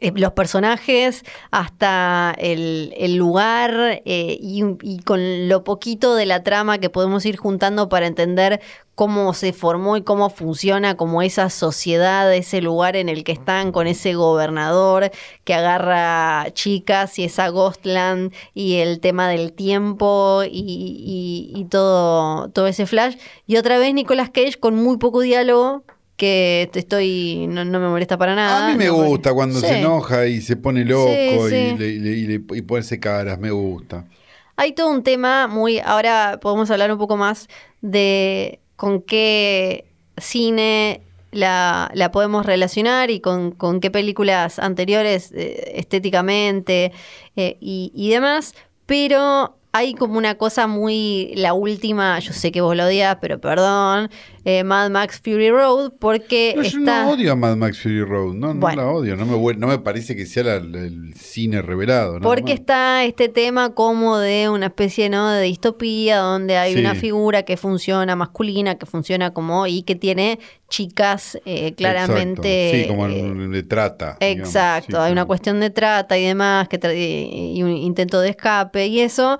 eh, los personajes hasta el, el lugar eh, y, un- y con lo poquito de la trama que podemos ir juntando para entender cómo se formó y cómo funciona como esa sociedad, ese lugar en el que están con ese gobernador que agarra chicas y esa Ghostland y el tema del tiempo y, y- y todo, todo ese flash. Y otra vez Nicolas Cage con muy poco diálogo que te estoy no, no me molesta para nada.
A mí me
Ah, No,
gusta cuando
Sí.
se enoja y se pone loco
Sí,
y,
sí.
le, y le- y le- y ponerse caras, me gusta.
Hay todo un tema muy. Ahora podemos hablar un poco más de con qué cine la, la podemos relacionar y con, con qué películas anteriores eh, estéticamente eh, y, y demás. Pero hay como una cosa muy. La última, yo sé que vos la odias, pero perdón. eh, Mad Max Fury Road, porque
No, yo
Eh, está.
no odio a Mad Max Fury Road, no, no
Bueno.
la odio, no me, vuel- no me parece que sea la- la- el cine revelado. nada
Porque
más.
está este tema como de una especie ¿no? de distopía donde hay
Sí.
una figura que funciona masculina, que funciona como y que tiene chicas eh, claramente.
Exacto. Sí, como
eh,
en- le trata. digamos.
Exacto,
Sí,
hay
sí.
una cuestión de trata y demás, que tra- y y un intento de escape y eso.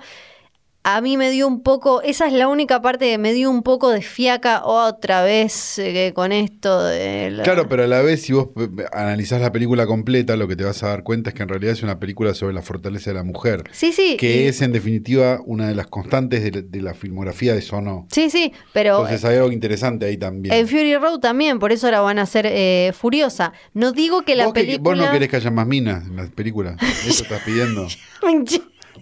A mí me dio un poco, esa es la única parte que me dio un poco de fiaca otra vez eh, con esto de la-
Claro, pero a la vez, si vos eh, analizás la película completa, lo que te vas a dar cuenta es que en realidad es una película sobre la fortaleza de la mujer,
Sí, sí.
que
y-
es en definitiva una de las constantes de la, de la filmografía de Sono.
Sí, sí, pero
Entonces hay algo interesante ahí también.
En Fury Road también, por eso la van a hacer eh, furiosa. No digo que la
¿Vos, que-
película.
vos no querés que haya más minas en las películas, eso estás pidiendo.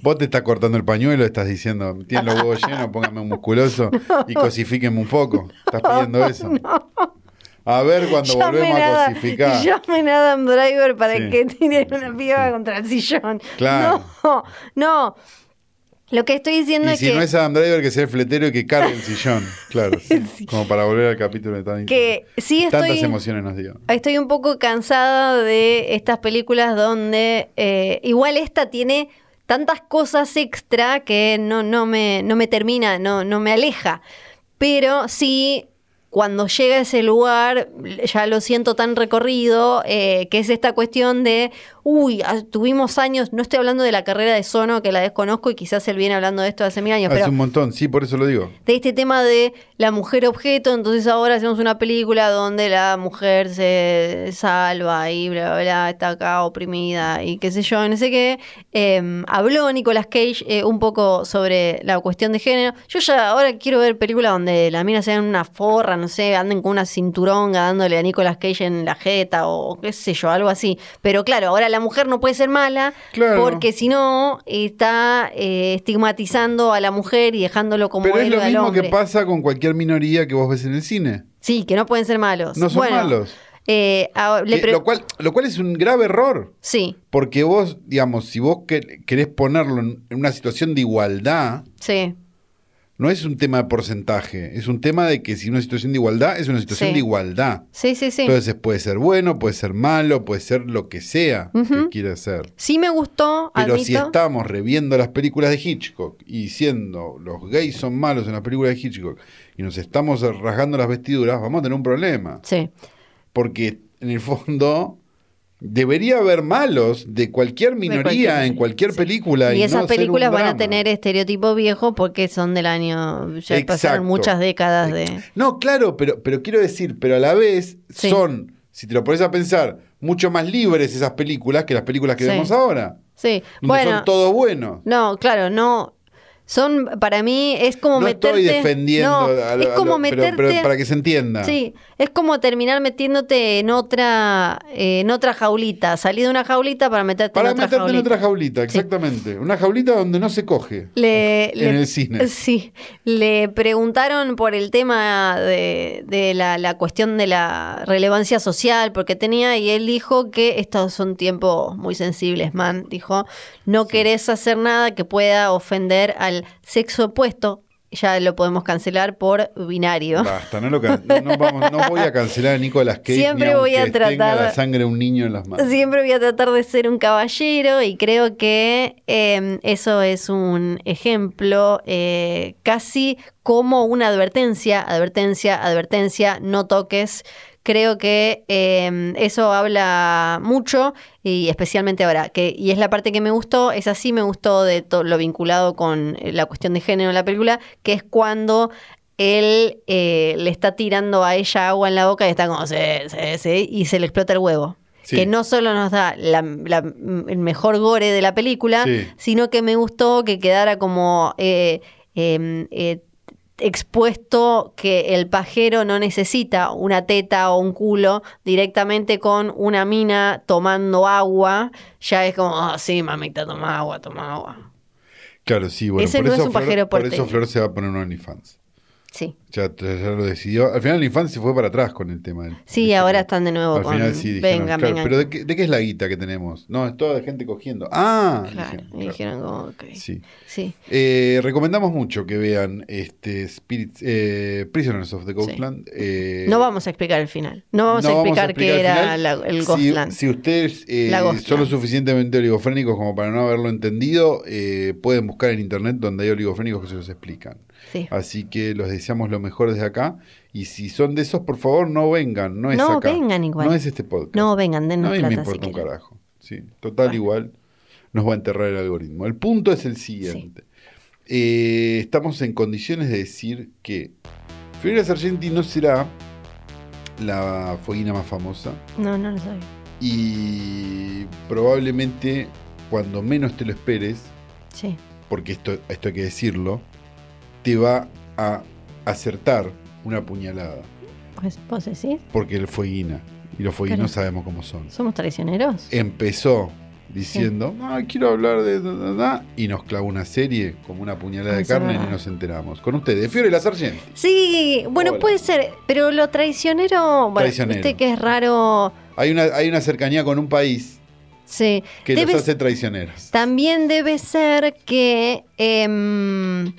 Vos te estás cortando el pañuelo, estás diciendo, tienen los huevos llenos, póngame un musculoso y cosifíquenme un poco. Estás pidiendo eso. A ver cuando volvemos
Llamen
a
a,
cosificar.
llamen a Adam Driver para
Sí.
que tiren una piba
Sí.
contra el sillón.
Claro.
No, no. Lo que estoy diciendo
Y
es
si
que.
no es Adam Driver, que sea el fletero y que cargue el sillón. Claro, sí. como para volver al capítulo de tan-
Que sí
tantas
estoy-
emociones nos dio.
Estoy un poco cansada de estas películas donde eh, igual esta tiene tantas cosas extra que no, no, me, no me termina, no, no me aleja. Pero sí, cuando llega a ese lugar, ya lo siento tan recorrido, eh, que es esta cuestión de, uy, ah, tuvimos años, no estoy hablando de la carrera de Sono, que la desconozco y quizás él viene hablando de esto hace mil años,
Hace
pero
un montón, sí, por eso lo digo.
de este tema de la mujer objeto, entonces ahora hacemos una película donde la mujer se salva y bla, bla, bla, está acá oprimida y qué sé yo, no sé qué. Eh, habló Nicolas Cage eh, un poco sobre la cuestión de género. Yo ya ahora quiero ver películas donde la mina sea una forra, no sé, anden con una cinturonga dándole a Nicolas Cage en la jeta o qué sé yo, algo así. Pero claro, ahora la mujer no puede ser mala
Claro.
porque si no está eh, estigmatizando a la mujer y dejándolo como
Pero es
héroe
lo
al
mismo que
hombre.
pasa con cualquier minoría que vos ves en el cine.
Sí, que no pueden ser malos.
No son
Bueno,
malos.
eh, ahora- le
Que-
pre-
lo, cual, lo cual es un grave error.
Sí,
Porque vos, digamos, si vos que- querés ponerlo en en una situación de igualdad,
sí,
no es un tema de porcentaje, es un tema de que si una situación de igualdad es una situación
Sí.
de igualdad.
sí, sí, sí.
Entonces puede ser bueno, puede ser malo, puede ser lo que sea que
Ujú.
quiera ser.
sí me gustó,
Pero
admito.
si estamos reviendo las películas de Hitchcock y diciendo los gays son malos en las películas de Hitchcock y nos estamos rasgando las vestiduras, vamos a tener un problema.
Sí,
Porque en el fondo debería haber malos de cualquier minoría
cualquier-
en cualquier
sí.
película.
y
Y,
esas
no ser un
películas van a
drama.
tener estereotipos viejos porque son del año, ya
Exacto.
pasaron muchas décadas de...
No, claro, pero, pero quiero decir, pero a la vez
Sí.
son, si te lo pones a pensar, mucho más libres esas películas que las películas que
Sí.
vemos ahora.
Sí,
Donde
bueno.
son todos buenos.
No, claro, no. Son, para mí, es como
no
meterte.
estoy defendiendo
no,
a lo-
es
a
como
lo- pero-
meterte.
pero, para que se entienda.
Sí, es como terminar metiéndote en otra, eh, en otra jaulita. Salir de una jaulita para meterte
Para
en otra
meterte en
jaulita.
otra jaulita, exactamente. Una jaulita donde no se coge.
Le-
En
le-
el cine.
Sí, le preguntaron por el tema de, de la, la cuestión de la relevancia social, porque tenía, y él dijo que estos son tiempos muy sensibles, man. Dijo, no querés hacer nada que pueda ofender al sexo opuesto. Ya lo podemos cancelar por binario.
Basta, no, lo can- no, no vamos- no voy a cancelar a Nicolas Cage. ni
Siempre voy a
aunque Tenga
tratar-
la sangre de un niño en las manos.
Siempre voy a tratar de ser un caballero y creo que eh, eso es un ejemplo eh, casi como una advertencia, advertencia, advertencia, no toques. Creo que eh, eso habla mucho y especialmente ahora, que, y es la parte que me gustó, es así me gustó de todo lo vinculado con eh, la cuestión de género en la película, que es cuando él eh, le está tirando a ella agua en la boca y está como, "Sí, sí, sí", y se le explota el huevo.
Sí.
Que no solo nos da la- la- el mejor gore de la película,
Sí.
sino que me gustó que quedara como eh, eh, eh, expuesto que el pajero no necesita una teta o un culo directamente con una mina tomando agua. Ya es como, "Ah, sí, mamita, toma agua, toma agua.
Claro, sí, bueno.
Ese
por
no
eso
es un
Flor-
pajero
Por
porteño.
eso Flor se va a poner un OnlyFans.
Sí.
Ya, ya lo decidió. Al final la infancia se fue para atrás con el tema. del-
Sí,
del
ahora
chocolate.
están de nuevo
Al
con.
final sí dijeron,
vengan,
claro,
vengan.
pero ¿de qué, de qué es la guita que tenemos? No, es toda de gente cogiendo. Ah,
Claro,
dijeron,
y
claro.
dijeron como, ok. Sí.
Sí. Eh, recomendamos mucho que vean este Spirits, eh, Prisoners of the Ghostland. eh,
no vamos a explicar el final. No vamos a
no
explicar, qué
el
era
final.
la- el
Si-
Ghostland.
Si, ustedes eh,
La Ghostland.
son lo suficientemente oligofrénicos como para no haberlo entendido, eh, pueden buscar en internet donde hay oligofrénicos que se los explican.
Sí.
Así que los deseamos lo mejor desde acá. Y si son de esos, por favor, no vengan. No es
No
acá.
vengan igual.
No es este podcast.
No, vengan, dennos
No, y me
plata si
importa un
quieren.
carajo. Sí, total igual nos va a enterrar el algoritmo. El punto es el siguiente. Eh, estamos en condiciones de decir que Fiorella Sargenti no será la foguina más famosa
No, no lo sabía.
y probablemente cuando menos te lo esperes,
Sí.
porque esto, esto hay que decirlo, te va a acertar una puñalada,
Pues vos decís,
porque el foguina y los foguinos
Claro.
sabemos cómo son.
somos traicioneros.
Eh. empezó diciendo, "Ah, quiero hablar de... da, da, da", y nos clavó una serie como una puñalada
Ah,
de
eso es
carne
verdad.
y nos enteramos. Con ustedes, Fiore la Sargent.
Sí, bueno,
Hola.
puede ser, pero lo traicionero, bueno,
Traicionero.
viste que es raro.
Hay una, hay una cercanía con un país
Sí,
que
Debe-
los hace traicioneros.
también debe ser que em,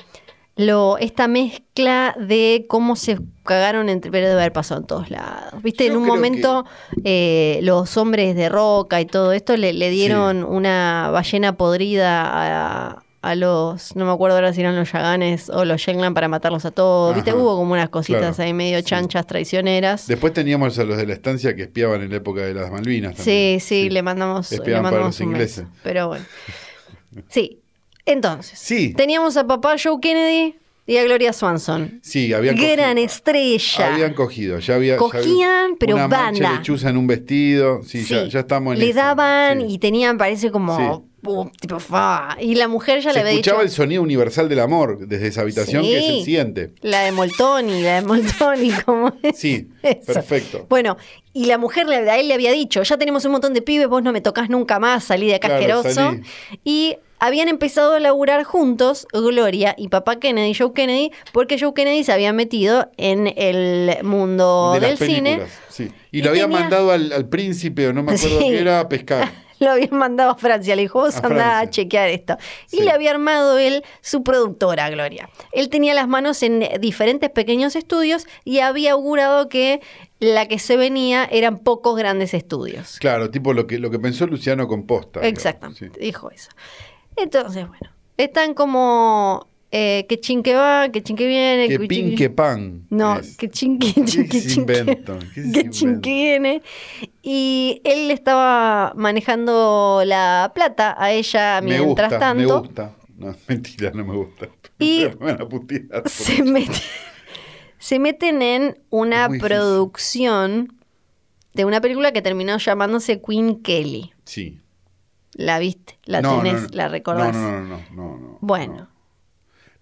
lo, esta mezcla de cómo se cagaron entre, pero debe haber pasado en todos lados. Viste,
Yo
en un
creo
momento eh, los hombres de roca y todo esto le, le dieron una ballena podrida a, a los, no me acuerdo ahora si eran los Yaganes o los Yenglan para matarlos a todos. Viste,
Ajá.
hubo como unas cositas
Claro.
ahí medio
Sí.
chanchas traicioneras.
Después teníamos a los de la estancia que espiaban en la época de las Malvinas.
Sí,
también.
sí, le mandamos,
Espiaban
le
para
mandamos
los
un
ingleses.
beso. Pero bueno. Sí. Entonces,
Sí.
teníamos a papá Joe Kennedy y a Gloria Swanson.
Sí, habían
Gran
cogido.
estrella.
Habían cogido, ya había. ya había
Cogían, pero
una mancha
banda.
lechuza en un vestido. Sí, Ya,
Sí.
ya estamos en
Le
esa.
daban
Sí.
y tenían, parece como.
Sí.
uh, tipo, fa. Y la mujer ya
Se
le había
escuchaba el
dicho.
sonido universal del amor desde esa habitación que
Sí.
se siente.
La de Moltoni, la de Moltoni, como es.
Sí,
eso?
perfecto.
Bueno, y la mujer le- a él le había dicho, ya tenemos un montón de pibes, vos no me tocas nunca más, salí de acá
Claro,
asqueroso.
salí.
Y habían empezado a laburar juntos Gloria y papá Kennedy, Joe Kennedy, porque Joe Kennedy se había metido en el mundo
de
del
las
cine.
películas, sí. Y,
Y
lo había
tenía-
mandado al, al príncipe, o no me acuerdo
Sí.
qué era, a pescar.
Lo habían mandado a Francia, le dijo, vos
A
andá a
Francia.
chequear esto. Y
Sí.
le había armado él su productora, Gloria. Él tenía las manos en diferentes pequeños estudios y había augurado que la que se venía eran pocos grandes estudios.
Claro, tipo lo que, lo que pensó Luciano Composta. digamos,
Exactamente,
sí.
dijo eso. Entonces, bueno, están como eh, que chin que va, que chin que viene,
Que
chin-
pin, que pan.
no,
es.
que chin que chin que
se
chin que-
inventó? ¿Qué se
que chin
inventó?
que viene. Y él estaba manejando la plata a ella
me
mientras
gusta,
tanto.
Me gusta. No, mentira, no me gusta.
Y-
Me van a putear.
se, mete- se meten en una
Es muy difícil.
producción de una película que terminó llamándose Queen Kelly.
Sí.
¿La viste? ¿La
No, no,
tenés?
no.
¿La recordás?
No, no, no, no, no, no,
Bueno.
No.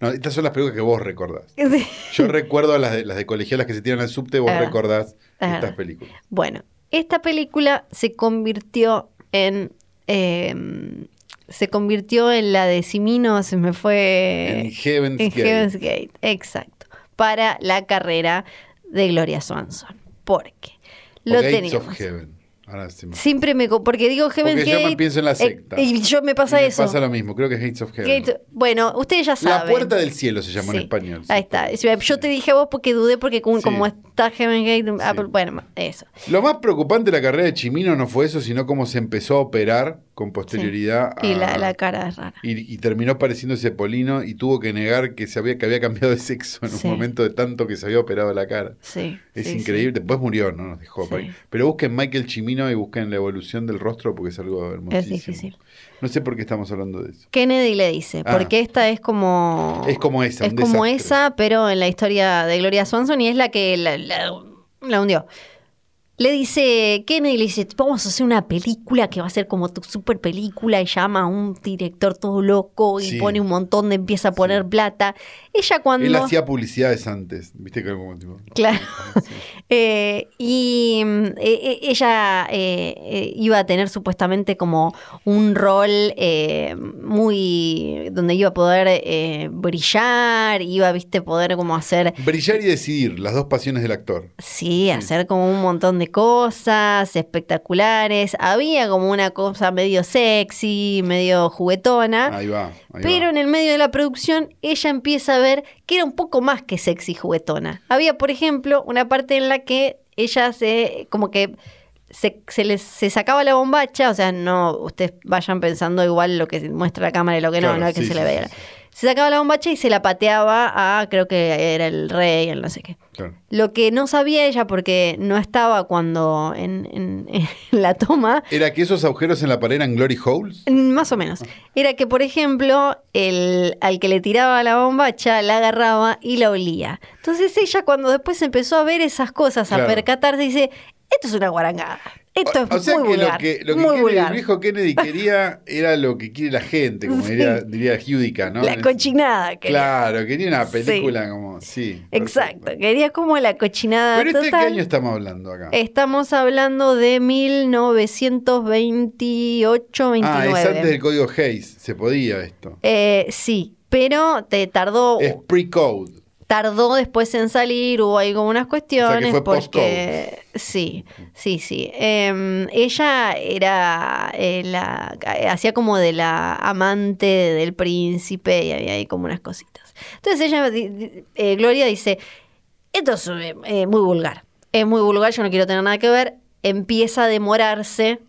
No, estas son las películas que vos recordás. Yo recuerdo las de, las de colegialas que se tiran al subte, vos
Ah,
recordás
ah.
estas películas.
Bueno, esta película se convirtió en. eh, se convirtió en la de Simino, se me fue.
En Heaven's
en
Gate.
Heaven's Gate, exacto. Para la carrera de Gloria Swanson. Porque
O
lo
Gates
teníamos.
of Heaven. Ahora se me
Siempre me. co- Porque digo Heaven's
Porque
Gate.
yo me pienso en la
eh,
secta.
y yo me pasa
Y me
eso.
Pasa lo mismo, creo que es Gates of Heaven.
Gate- bueno, ustedes ya
la
saben.
puerta del cielo se llama en
Sí,
español.
Ahí está. Yo te dije a vos porque dudé, porque como,
Sí.
como está Heaven's Gate. ah,
Sí.
pero bueno, eso.
Lo más preocupante de la carrera de Chimino no fue eso, sino cómo se empezó a operar con posterioridad.
Y
a-
la, la cara es rara.
y- y terminó pareciéndose Polino y tuvo que negar que, se había, que había cambiado de sexo en
Sí.
un momento de tanto que se había operado la cara.
Sí.
Es
sí, sí.
increíble. Después murió, no nos dejó.
Sí.
por ahí. Pero busquen Michael Chimino y busquen la evolución del rostro porque es algo hermosísimo.
difícil.
No sé por qué estamos hablando de eso.
Kennedy le dice,
Ah.
porque esta es como.
Es como esa,
Es
un
como
desastre.
esa, pero en la historia de Gloria Swanson y es la que la, la- la hundió. le dice, Kennedy le dice, vamos a hacer una película que va a ser como tu super película y llama a un director todo loco y
Sí.
pone un montón de, empieza a poner plata. Ella cuando...
Él hacía publicidades antes, viste que era como tipo,
Claro. Eh, y mm, e- e- ella eh, eh, iba a tener supuestamente como un rol eh, muy donde iba a poder eh, brillar, iba, viste, poder como hacer,
Brillar y decidir, las dos pasiones del actor.
sí, hacer como un montón de cosas espectaculares. Había como una cosa medio sexy, medio juguetona.
Ahí va. ahí
Ah, Pero
va.
en el medio de la producción, ella empieza a ver que era un poco más que sexy juguetona. Había, por ejemplo, una parte en la que ella se, como que se, se les, se sacaba la bombacha, o sea, no, ustedes vayan pensando igual lo que muestra la cámara y lo que
Claro,
no, no es que
sí,
se
sí,
le
sí,
vea.
sí.
Se sacaba la bombacha y se la pateaba a, creo que era el rey, el no sé qué.
Claro.
Lo que no sabía ella, porque no estaba cuando en- en- en la toma,
¿Era que esos agujeros en la pared eran glory holes?
Mm, Más o
Ah.
menos. Era que, por ejemplo, el, al que le tiraba la bombacha la agarraba y la olía. Entonces ella cuando después empezó a ver esas cosas, a
Claro.
percatarse, dice, esto es una guarangada. Esto es
o sea
muy
que
vulgar.
lo que, lo que
muy
Kennedy- el
vulgar.
viejo Kennedy quería era lo que quiere la gente, como
Sí.
diría, diría Judica, ¿no?
La cochinada. quería.
Claro, quería una
Sí.
película como, sí.
Exacto.
perfecto.
Quería como la cochinada
Pero este, ¿qué
total.
año estamos hablando acá?
Estamos hablando de 1928-29.
ah, es antes del código Hayes, se podía esto.
Eh, sí, pero te tardó
Es pre-code.
tardó después en salir, hubo ahí como unas cuestiones.
O sea, que fue
porque Sí, sí, sí. Eh, ella era eh, la hacía como de la amante del príncipe y había ahí como unas cositas. Entonces ella, di- di- eh, Gloria dice, esto es eh, eh, muy vulgar, es muy vulgar, yo no quiero tener nada que ver. Empieza a demorarse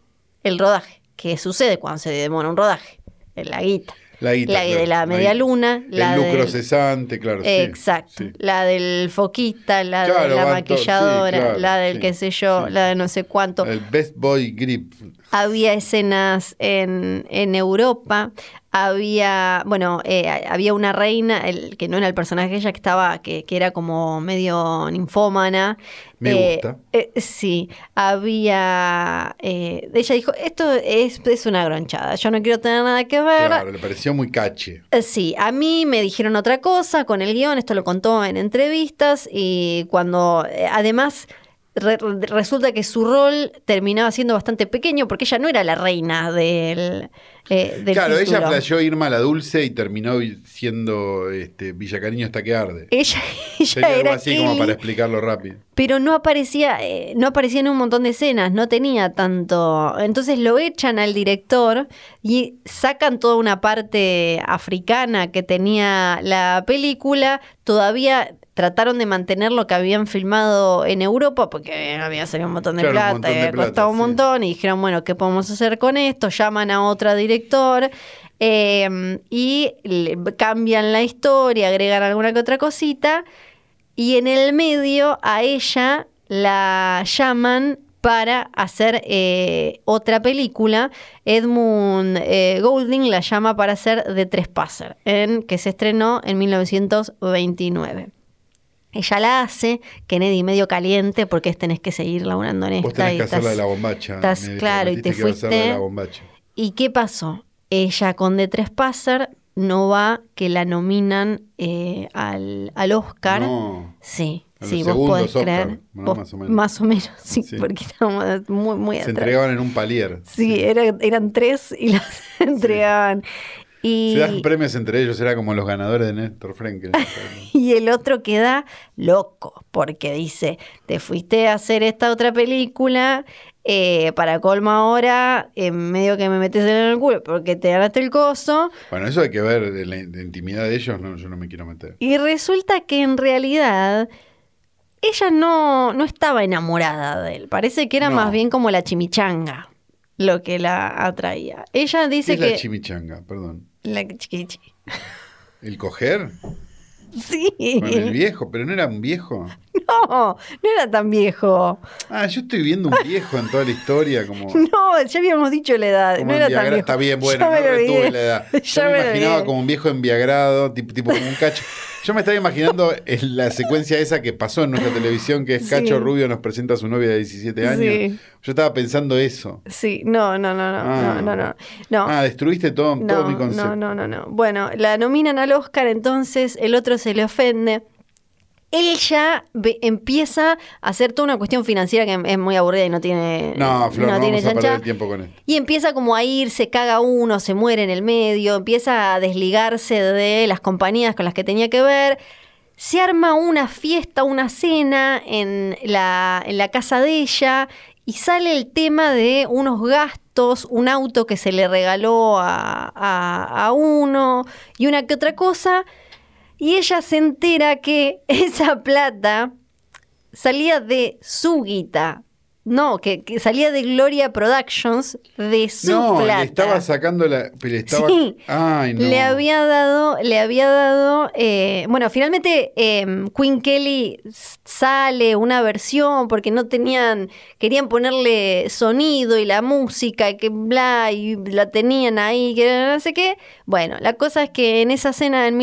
el rodaje. ¿Qué sucede cuando se demora un rodaje? La guita.
La guita,
La de
claro,
la media
guita.
luna, la
el lucro
del-
cesante, claro. sí,
Exacto.
sí.
La del foquista, la
Claro,
de la
van todos, sí,
maquilladora,
claro,
la del
sí,
qué sé yo,
sí.
la de no sé cuánto.
El best boy grip.
Había escenas en, en Europa, había, bueno, eh, había una reina, el, que no era el personaje de ella, que estaba, que, que era como medio ninfómana.
Me
Eh,
gusta.
eh, sí, había, eh, ella dijo, esto es, es una gronchada, yo no quiero tener nada que ver,
Claro, le pareció muy cache.
eh, Sí, a mí me dijeron otra cosa con el guión, esto lo contó en entrevistas y cuando eh, además re- re- resulta que su rol terminaba siendo bastante pequeño porque ella no era la reina del, eh, del
claro,
título.
ella flasheó Irma la Dulce y terminó vi- siendo este, Villacariño hasta que arde.
Ella, ella
Sería algo
era
así como
Kelly,
para explicarlo rápido.
pero no aparecía, eh, no aparecía en un montón de escenas, no tenía tanto. Entonces lo echan al director y sacan toda una parte africana que tenía la película. Todavía trataron de mantener lo que habían filmado en Europa porque había salido un montón de
Claro, un
plata,
montón de
había
plata,
costado un
sí.
montón y dijeron, bueno, ¿qué podemos hacer con esto? Llaman a otra director. eh, y le- cambian la historia, agregan alguna que otra cosita, y en el medio a ella la llaman para hacer eh, otra película. Edmund eh, Golding la llama para hacer The Trespasser, en, que se estrenó en 1929. Ella la hace, Kennedy medio caliente, porque es tenés que seguir laburando en esta.
Vos tenés
y
que hacer la
estás-
de la bombacha.
estás-
me
claro, y
prometiste
te
que ibas a hacer la de
fuiste.
la bombacha.
¿Y qué pasó? Ella con The Trespasser no va que la nominan eh, al, al Oscar.
No.
Sí,
A los
sí, vos
segundos
podés
Oscar,
creer.
¿no?
vos-
Más o menos.
menos, sí,
Sí.
porque estábamos muy, muy
Se
atrás.
entregaban en un palier.
Sí, era- eran tres y las entregaban. Y,
Se dan premios entre ellos, era como los ganadores de Néstor Frankel.
y el otro queda loco, porque dice, te fuiste a hacer esta otra película, eh, para colma ahora, en medio que me metes en el culo, porque te ganaste el coso.
bueno, eso hay que ver, de la in- de intimidad de ellos, no, yo no me quiero meter.
Y resulta que en realidad ella no, no estaba enamorada de él. Parece que era
No.
más bien como la chimichanga lo que la atraía. Ella
¿Qué
dice
es la
que.
chimichanga? Perdón.
La chiquichi.
¿El coger?
Sí.
Con el viejo, pero no era un viejo.
No, no era tan viejo.
Ah, yo estoy viendo un viejo en toda la historia, como.
No, ya habíamos dicho la edad.
como
No
en
era tan
Viagra.
viejo.
Está bien,
Ya
bueno,
me
no
lo
retuve
olvidé.
la edad.
Ya
Yo me
lo
imaginaba
olvidé.
como un viejo enviagrado, tipo, tipo como un cacho. Yo me estaba imaginando el- la secuencia esa que pasó en nuestra televisión, que es
Sí.
Cacho Rubio nos presenta a su novia de 17 años.
Sí.
Yo estaba pensando eso.
Sí, no, no, no, no,
Ah.
no, no, no. no.
Ah, destruiste todo, todo mi concepto.
no, no, no, no. Bueno, la nominan al Oscar, entonces el otro se le ofende.
Él ya ve- empieza a hacer toda una cuestión financiera que es muy aburrida y no tiene.
No, Flor, no,
tiene
vamos a perder
chancha.
el tiempo con esto.
Y empieza como a ir, se caga uno, se muere en el medio, empieza a desligarse de las compañías con las que tenía que ver. Se arma una fiesta, una cena en la, en la casa de ella y sale el tema de unos gastos, un auto que se le regaló a, a- a uno y una que otra cosa. Y ella se entera que esa plata salía de su guita. No, que, que salía de Gloria Productions, de su
no,
plata.
le estaba sacando la. Le estaba.
Sí.
Ay, no.
Le había dado, le había dado, eh, bueno, finalmente eh, Queen Kelly s- sale una versión porque no tenían, querían ponerle sonido y la música, que bla, y la tenían ahí, que no sé qué. Bueno, la cosa es que en esa cena en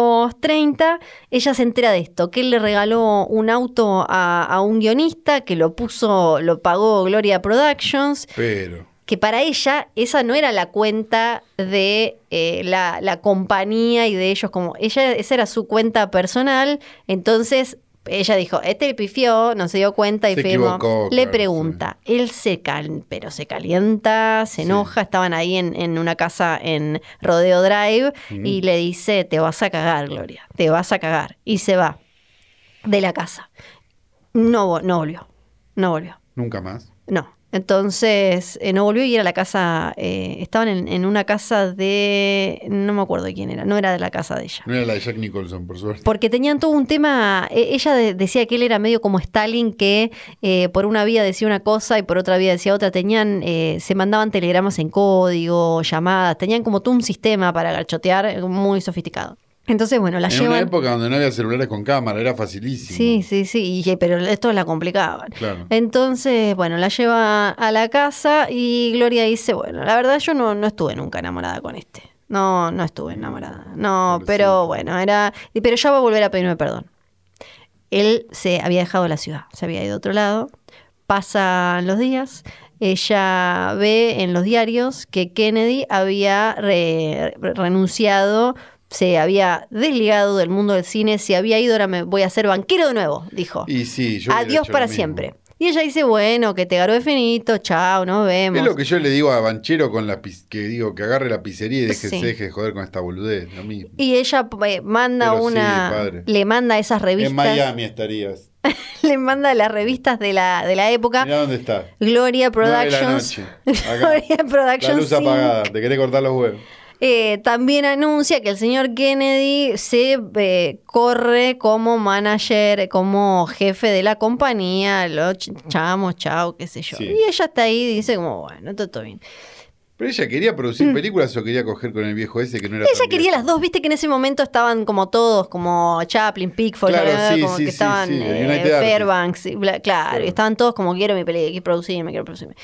1930, ella se entera de esto, que él le regaló un auto a, a un guionista que lo puso, lo pagó Gloria Productions
Pero.
que para ella esa no era la cuenta de eh, la, la compañía y de ellos como ella esa era su cuenta personal entonces ella dijo este pifió no se dio cuenta y
Se
firmó.
equivocó,
le
claro,
pregunta él se cal pero se calienta se enoja estaban ahí en, en una casa en Rodeo Drive y le dice te vas a cagar Gloria te vas a cagar y se va de la casa no vo- no volvió no volvió
Nunca más.
no. Entonces eh, no volvió y era la casa. eh, estaban en, en una casa de. No me acuerdo quién era. No era de la casa de ella.
No era la de Jack Nicholson, por suerte.
Porque tenían todo un tema. e- Ella de- decía que él era medio como Stalin, que eh, por una vía decía una cosa y por otra vía decía otra. Tenían, eh, se mandaban telegramas en código, llamadas. Tenían como todo un sistema para garchotear eh, muy sofisticado. Entonces, bueno, la
en
llevan.
una época donde no había celulares con cámara, era facilísimo.
Sí, sí, sí, y- pero esto la complicaban.
Claro.
Entonces, bueno, la lleva a la casa y Gloria dice, bueno, la verdad yo no, no estuve nunca enamorada con este. No, no estuve enamorada. No,
Pobrecito.
pero bueno, era... y- Pero ya va a volver a pedirme perdón. Él se había dejado la ciudad, se había ido a otro lado. Pasan los días. Ella ve en los diarios que Kennedy había re- re- renunciado, se había desligado del mundo del cine, se había ido, ahora me voy a ser banquero de nuevo, dijo.
Y sí, yo hubiera
Adiós
hecho lo
para
mismo.
siempre. Y ella dice, bueno, que te garó finito, chao, nos vemos.
Es lo que yo le digo a Banchero con la pis- que digo que agarre la pizzería y deje,
Sí.
se deje de joder con esta boludez, lo mismo.
Y ella eh, manda
Pero sí,
una,
padre.
le manda esas revistas,
En Miami estarías.
le manda las revistas de la, de la época.
Mirá dónde está.
Gloria
Nueve de la
Productions.
noche. Acá.
Gloria Productions.
La luz
Inc.
apagada, te querés cortar los huevos.
Eh, también anuncia que el señor Kennedy se eh, corre como manager, como jefe de la compañía, lo ch- chamos, chao, qué sé yo.
Sí.
Y ella está ahí y dice como, bueno, todo, todo bien.
Pero ella quería producir películas o quería coger con el viejo ese que no era
Mm. Ella
tan
quería
viejo?
las dos, viste que en ese momento estaban como todos, como Chaplin, Pickford,
Claro,
bla, bla, bla,
sí,
como
sí,
que
sí,
estaban
sí,
eh,
United Artists.
Fairbanks, y bla- claro,
Claro.
y estaban todos como quiero mi película, quiero producirme, quiero producirme.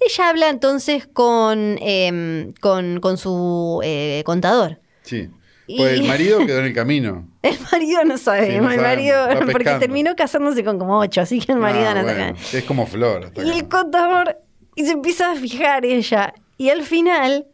Ella habla entonces con, eh, con, con su eh, contador.
Sí.
Y-
Pues el marido quedó en el camino.
El marido no
Sí,
sabe,
no
el
sabemos,
marido,
va
porque
pescando.
terminó casándose con como ocho, así que el marido
Ah,
no
bueno,
sabe.
Es como Flor. hasta
Y
acá.
el contador y se empieza a fijar ella. Y al final,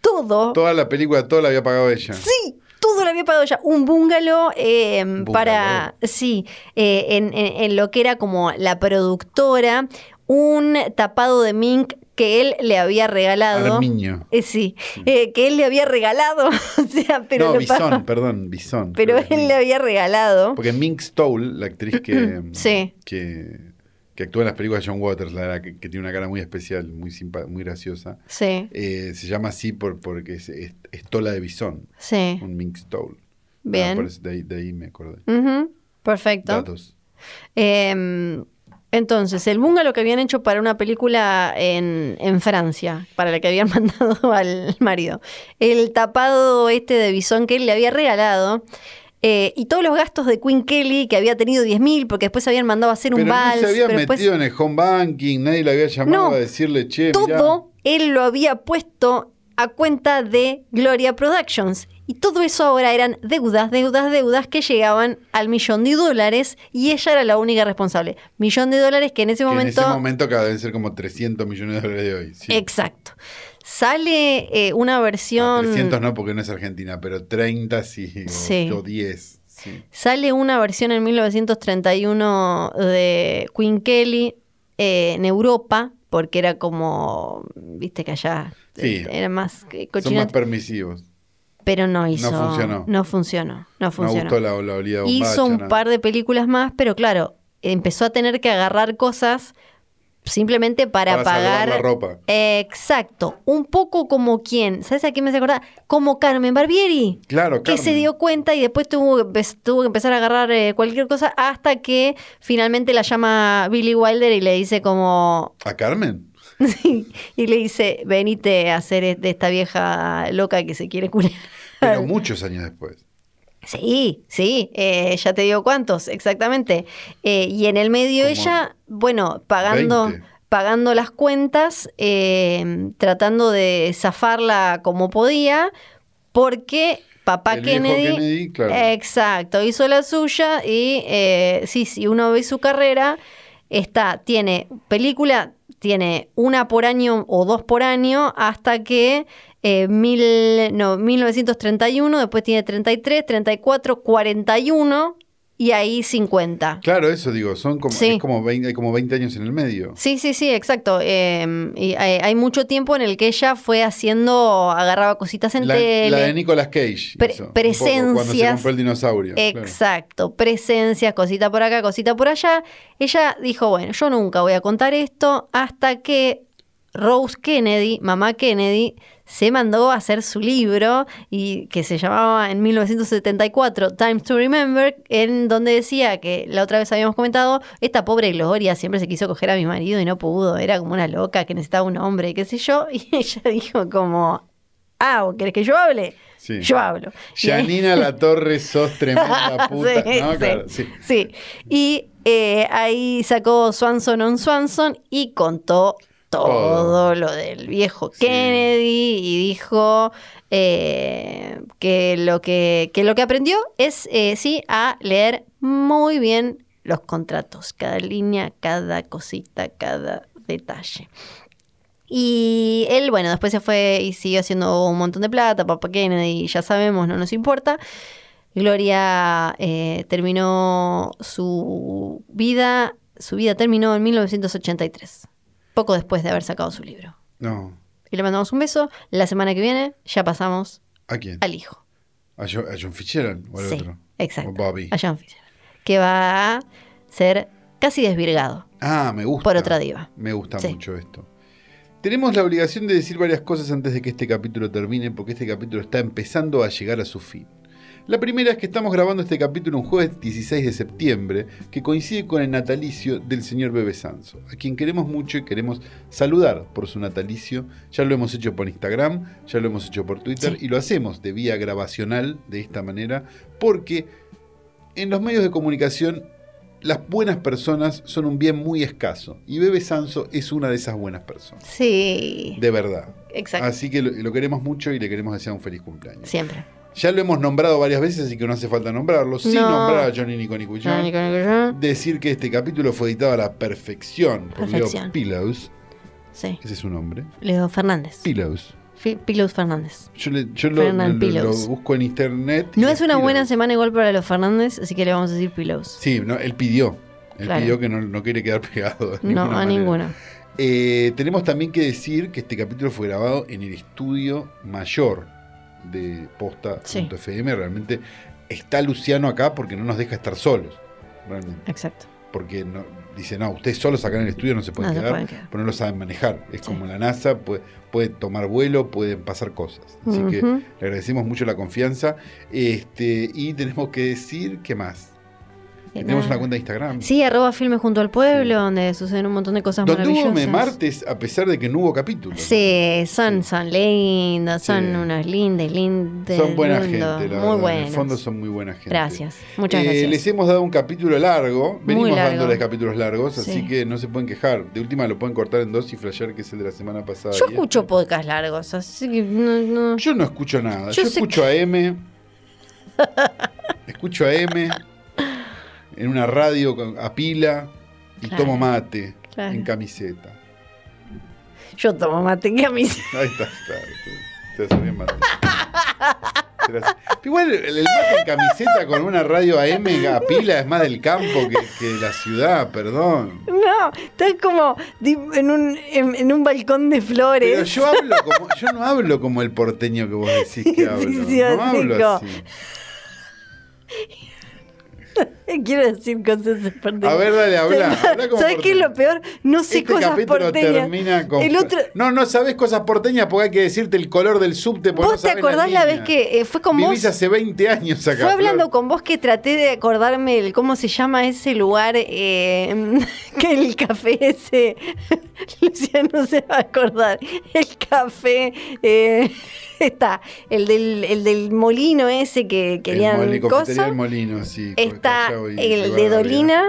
todo,
Toda la película, todo la había pagado ella.
sí, todo lo había pagado ella. Un bungalow, eh,
Bungalow.
para, sí, eh, en, en- en lo que era como la productora, un tapado de mink que él le había regalado.
Armiño.
Eh, sí, eh, que él le había regalado. o sea, pero
no,
lo
Bison,
pagó.
perdón, Bison.
Pero
creo que es
él
Mink. Pues,
le había regalado.
Porque Mink Stoll, la actriz que,
Sí.
que, que actúa en las películas de John Waters, la verdad, que, que tiene una cara muy especial, muy simpa- muy graciosa,
Sí,
eh, se llama así por, porque es, es- es tola de bisón,
sí.
un Mink Stoll.
Bien.
Ah, por eso de, ahí, de ahí me acordé.
Ujú, Perfecto.
Datos.
Eh, entonces, el bungalow que habían hecho para una película en, en Francia, para la que habían mandado al marido, el tapado este de bisón que él le había regalado, eh, y todos los gastos de Queen Kelly, que había tenido 10.000 mil, porque después habían mandado a hacer un
Pero
vals,
no se había
pero después
metido en el home banking, nadie la había llamado
No.
a decirle, che, mirá,
todo él lo había puesto a cuenta de Gloria Productions. Y todo eso ahora eran deudas, deudas, deudas que llegaban al millón de dólares y ella era la única responsable. Millón de dólares que en
Que
ese
en
momento...
ese momento cada deben ser como 300 millones de dólares de hoy. sí.
Exacto. Sale eh, una
No,
versión...
300 no, porque no es Argentina, pero 30 sí, o,
Sí.
o 10. sí.
Sale una versión en 1931 de Queen Kelly eh, en Europa, porque era como, viste que allá
Sí.
eh, era más eh,
Son más
cochinante,
permisivos.
pero no hizo.
funcionó.
No funcionó. No funcionó.
No gustó la, la olía de bombacha.
hizo un
nada.
par de películas más, pero claro, empezó a tener que agarrar cosas simplemente para,
Para salvar
pagar.
la ropa.
Exacto. Un poco como quien, ¿sabes a quién me hace acordar? Como Carmen Barbieri.
Claro,
que se
Carmen.
dio cuenta y después tuvo, que empe- tuvo que empezar a agarrar eh, cualquier cosa hasta que finalmente la llama Billy Wilder y le dice como
¿A Carmen?
y le dice venite a hacer es- de esta vieja loca que se quiere curar.
Pero muchos años después.
Sí, sí, eh, ya te digo cuántos, exactamente. Eh, y en el medio
Como
ella, bueno, pagando,
20.
pagando las cuentas, eh, tratando de zafarla como podía, porque papá
El viejo
Kennedy, eh,
Kennedy, claro.
exacto, hizo la suya y eh, sí, si uno ve su carrera, está, tiene película, tiene una por año o dos por año hasta que eh, mil, no, 1931, después tiene 33, 34, 41 y ahí 50.
Claro, eso digo, son como,
Sí.
es como 20, hay como 20 años en el medio.
Sí, sí, sí, exacto. Eh, y hay, hay mucho tiempo en el que ella fue haciendo, agarraba cositas en
La,
tele.
la de Nicolas Cage.
Pre-
hizo, un poco, cuando se
presencias.
compró el dinosaurio. claro.
Exacto, presencias, cosita por acá, cosita por allá. Ella dijo, bueno, yo nunca voy a contar esto hasta que Rose Kennedy, mamá Kennedy, se mandó a hacer su libro y que se llamaba en 1974 Times to Remember, en donde decía que la otra vez habíamos comentado, esta pobre Gloria siempre se quiso coger a mi marido y no pudo, era como una loca que necesitaba un hombre, qué sé yo, y ella dijo como, ah, ¿vos ¿querés que yo hable?
Sí.
Yo hablo. Y ahí-
Yanina La Torre, sos tremenda puta.
Sí,
¿no?
sí,
Claro, sí.
sí. Y eh, ahí sacó Swanson on Swanson y contó todo
Todo.
lo del viejo
Sí.
Kennedy y dijo eh, que, lo que, que lo que aprendió es, eh, sí, a leer muy bien los contratos, cada línea, cada cosita, cada detalle. Y él, bueno, después se fue y siguió haciendo un montón de plata, papá Kennedy, ya sabemos, no nos importa. Gloria eh, terminó su vida, su vida terminó en 1983, poco después de haber sacado su libro.
No.
Y le mandamos un beso. La semana que viene ya pasamos
¿A quién?
al hijo.
¿A, Jo- a John Fitzgerald o al
sí,
otro?
exacto.
O Bobby.
A John Fitzgerald, Que va a ser casi desvirgado.
Ah, me gusta.
Por otra diva.
Me gusta
Sí.
mucho esto. Tenemos la obligación de decir varias cosas antes de que este capítulo termine, porque este capítulo está empezando a llegar a su fin. La primera es que estamos grabando este capítulo un jueves 16 de septiembre, que coincide con el natalicio del señor Bebe Sanso, a quien queremos mucho y queremos saludar por su natalicio. Ya lo hemos hecho por Instagram, ya lo hemos hecho por Twitter y lo hacemos de vía grabacional de esta manera, porque en los medios de comunicación las buenas personas son un bien muy escaso y Bebe Sanso es una de esas buenas personas,
Sí,
de verdad.
exacto.
Así que lo, lo queremos mucho y le queremos desear un feliz cumpleaños.
Siempre.
Ya lo hemos nombrado varias veces, así que no hace falta nombrarlo. Sin
No.
nombrar a Johnny Niconicuchón.
Ah, Nico, Nico, yo.
Decir que este capítulo fue editado a la perfección por Leo
Perfección.
Pillows.
Sí.
Ese es su nombre.
Leo Fernández.
Pillows.
Fi- Pilos Fernández.
Yo, le- yo lo,
Fernan
lo- lo- lo
Pillows.
busco en internet. y
No es una buena
Pillows.
semana igual para los Fernández, así que le vamos a decir Pilos.
Sí, no, él pidió. Él
Claro.
pidió que no, no quiere quedar pegado. de
No, a
manera.
ninguno.
Eh, tenemos también que decir que este capítulo fue grabado en el estudio mayor de
Sí.
Posta.fm. Realmente está Luciano acá porque no nos deja estar solos. Realmente.
Exacto.
Porque no, dice, no, ustedes solos acá en el estudio no se pueden,
No se
quedar,
pueden quedar.
pero no lo saben manejar. Es
Sí.
como la NASA, puede, puede tomar vuelo, pueden pasar cosas. Así que
Ujú.
le agradecemos mucho la confianza. Este, y tenemos que decir, ¿qué más? Y tenemos una cuenta de Instagram.
Sí, arroba filme junto al pueblo, donde suceden un montón de cosas
Donde hubo
maravillosas.
me martes, a pesar de que no hubo capítulo.
Sí, son, son lindos, son
Sí.
unos lindos, lindos.
Son buena
lindos,
gente, la verdad.
Muy
En el
buenos.
fondo son muy buena gente.
Gracias, muchas
Eh,
gracias.
Les hemos dado un capítulo largo. Venimos
largo.
dándoles capítulos largos, así
Sí.
que no se pueden quejar. De última lo pueden cortar en dos y flashear que es el de la semana pasada.
Yo
Y-
escucho podcasts largos, así que no, no.
Yo no escucho nada. Yo,
Yo sé
escucho a M. escucho a M. En una radio con- a pila. Y
Claro.
tomo mate.
Claro.
En camiseta.
Yo tomo mate en camisa.
Ahí está. está. Te- Te hace bien mate. Te la hace- Igual el el mate en camiseta con una radio AM a pila es más del campo que, que de la ciudad, perdón.
No, estás como di- en un, en, en un balcón de
Pero
flores.
yo hablo como, yo no hablo como el porteño que vos decís que hablo. No hablo así.
Eh, Quiero decir cosas de porteño.
A ver, dale, habla. habla como
¿Sabes qué es
porteño.
lo peor? No sé
este
cosas
capítulo
porteñas.
termina con.
El otro,
No, no sabés cosas porteñas porque hay que decirte el color del subte. porque
¿Vos
pues no
te
sabés
acordás la
línea.
vez que eh, fue con
Vivís
vos?
hace 20 años acá.
Fue hablando
Flor.
con vos que traté de acordarme el, cómo se llama ese lugar, eh, que el café ese, Luciano se va a acordar, el café, eh, está, el del, el del molino ese que querían
el moli- cafetería
cosa,
del Molino, sí.
está
Callao y
el
Rivadavia.
de Dolina,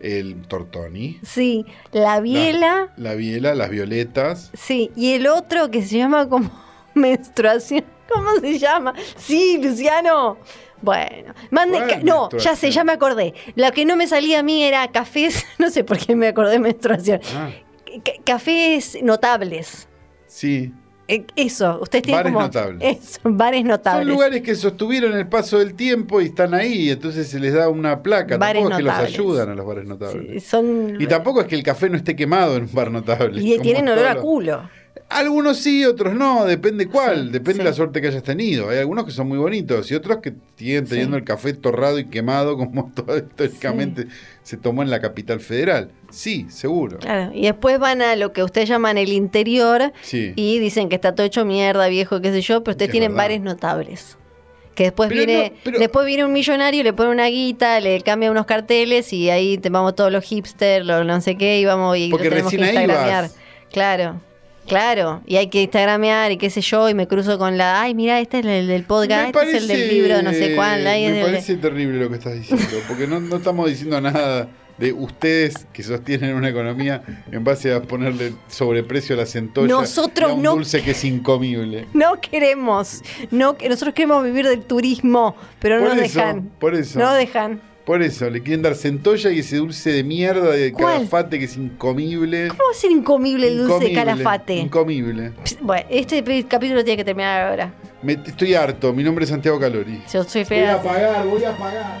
El Tortoni.
sí, la biela,
La, la biela, las violetas.
sí, y el otro que se llama como menstruación, ¿cómo se llama? Sí, Luciano. Bueno, mande
¿Cuál
ca- no, ya sé,
menstruación?
ya me acordé. La que no me salía a mí era cafés, no sé por qué me acordé de menstruación.
Ah,
C- cafés notables.
sí.
Eh, Eso, ustedes
Bares
tienen como-
notables.
eso, bares notables.
Son lugares que sostuvieron el paso del tiempo y están ahí, entonces se les da una placa.
Bares
tampoco es que los
notables.
ayudan a los bares
Sí,
notables.
son-
Y tampoco es que el café no esté quemado en un bar notable.
y
como
tienen olor
todos
a
los-
culo.
Algunos sí, otros no, depende cuál, depende
sí.
de la suerte que hayas tenido. Hay algunos que son muy bonitos y otros que siguen teniendo el café torrado y quemado como todo históricamente se tomó en la capital federal. Sí, seguro.
Claro, y después van a lo que ustedes llaman el interior
Sí.
y dicen que está todo hecho mierda, viejo, qué sé yo, pero ustedes
Es
tienen
verdad.
bares notables. Que después
Pero
viene,
no, pero-
después viene un millonario, le pone una guita, le cambia unos carteles y ahí te vamos todos los hipsters, los no sé qué, y vamos y lo
Porque
tenemos que
recién ahí vas.
instagramear. Claro, claro. Y hay que instagramear y qué sé yo, y me cruzo con la, ay, mira, este es el del podcast,
Me
este es el del libro, no sé cuál, ay, es
me
del-
parece terrible lo que estás diciendo, porque no, no estamos diciendo nada de ustedes que sostienen una economía en base a ponerle sobreprecio a la centolla
Nosotros
y a un
no-
dulce que es incomible.
No queremos, no, que- nosotros queremos vivir del turismo, pero no
Por
nos
eso,
dejan.
por eso.
No dejan.
Por eso, le quieren dar centolla y ese dulce de mierda de
¿Cuál?
calafate que es incomible.
¿Cómo va a ser incomible el dulce de
Incomible,
calafate?
Incomible.
Pss, Bueno, este pe- capítulo tiene que terminar ahora.
Me- estoy harto, mi nombre es Santiago Calori.
Yo soy
Voy a
fea.
pagar, voy a pagar.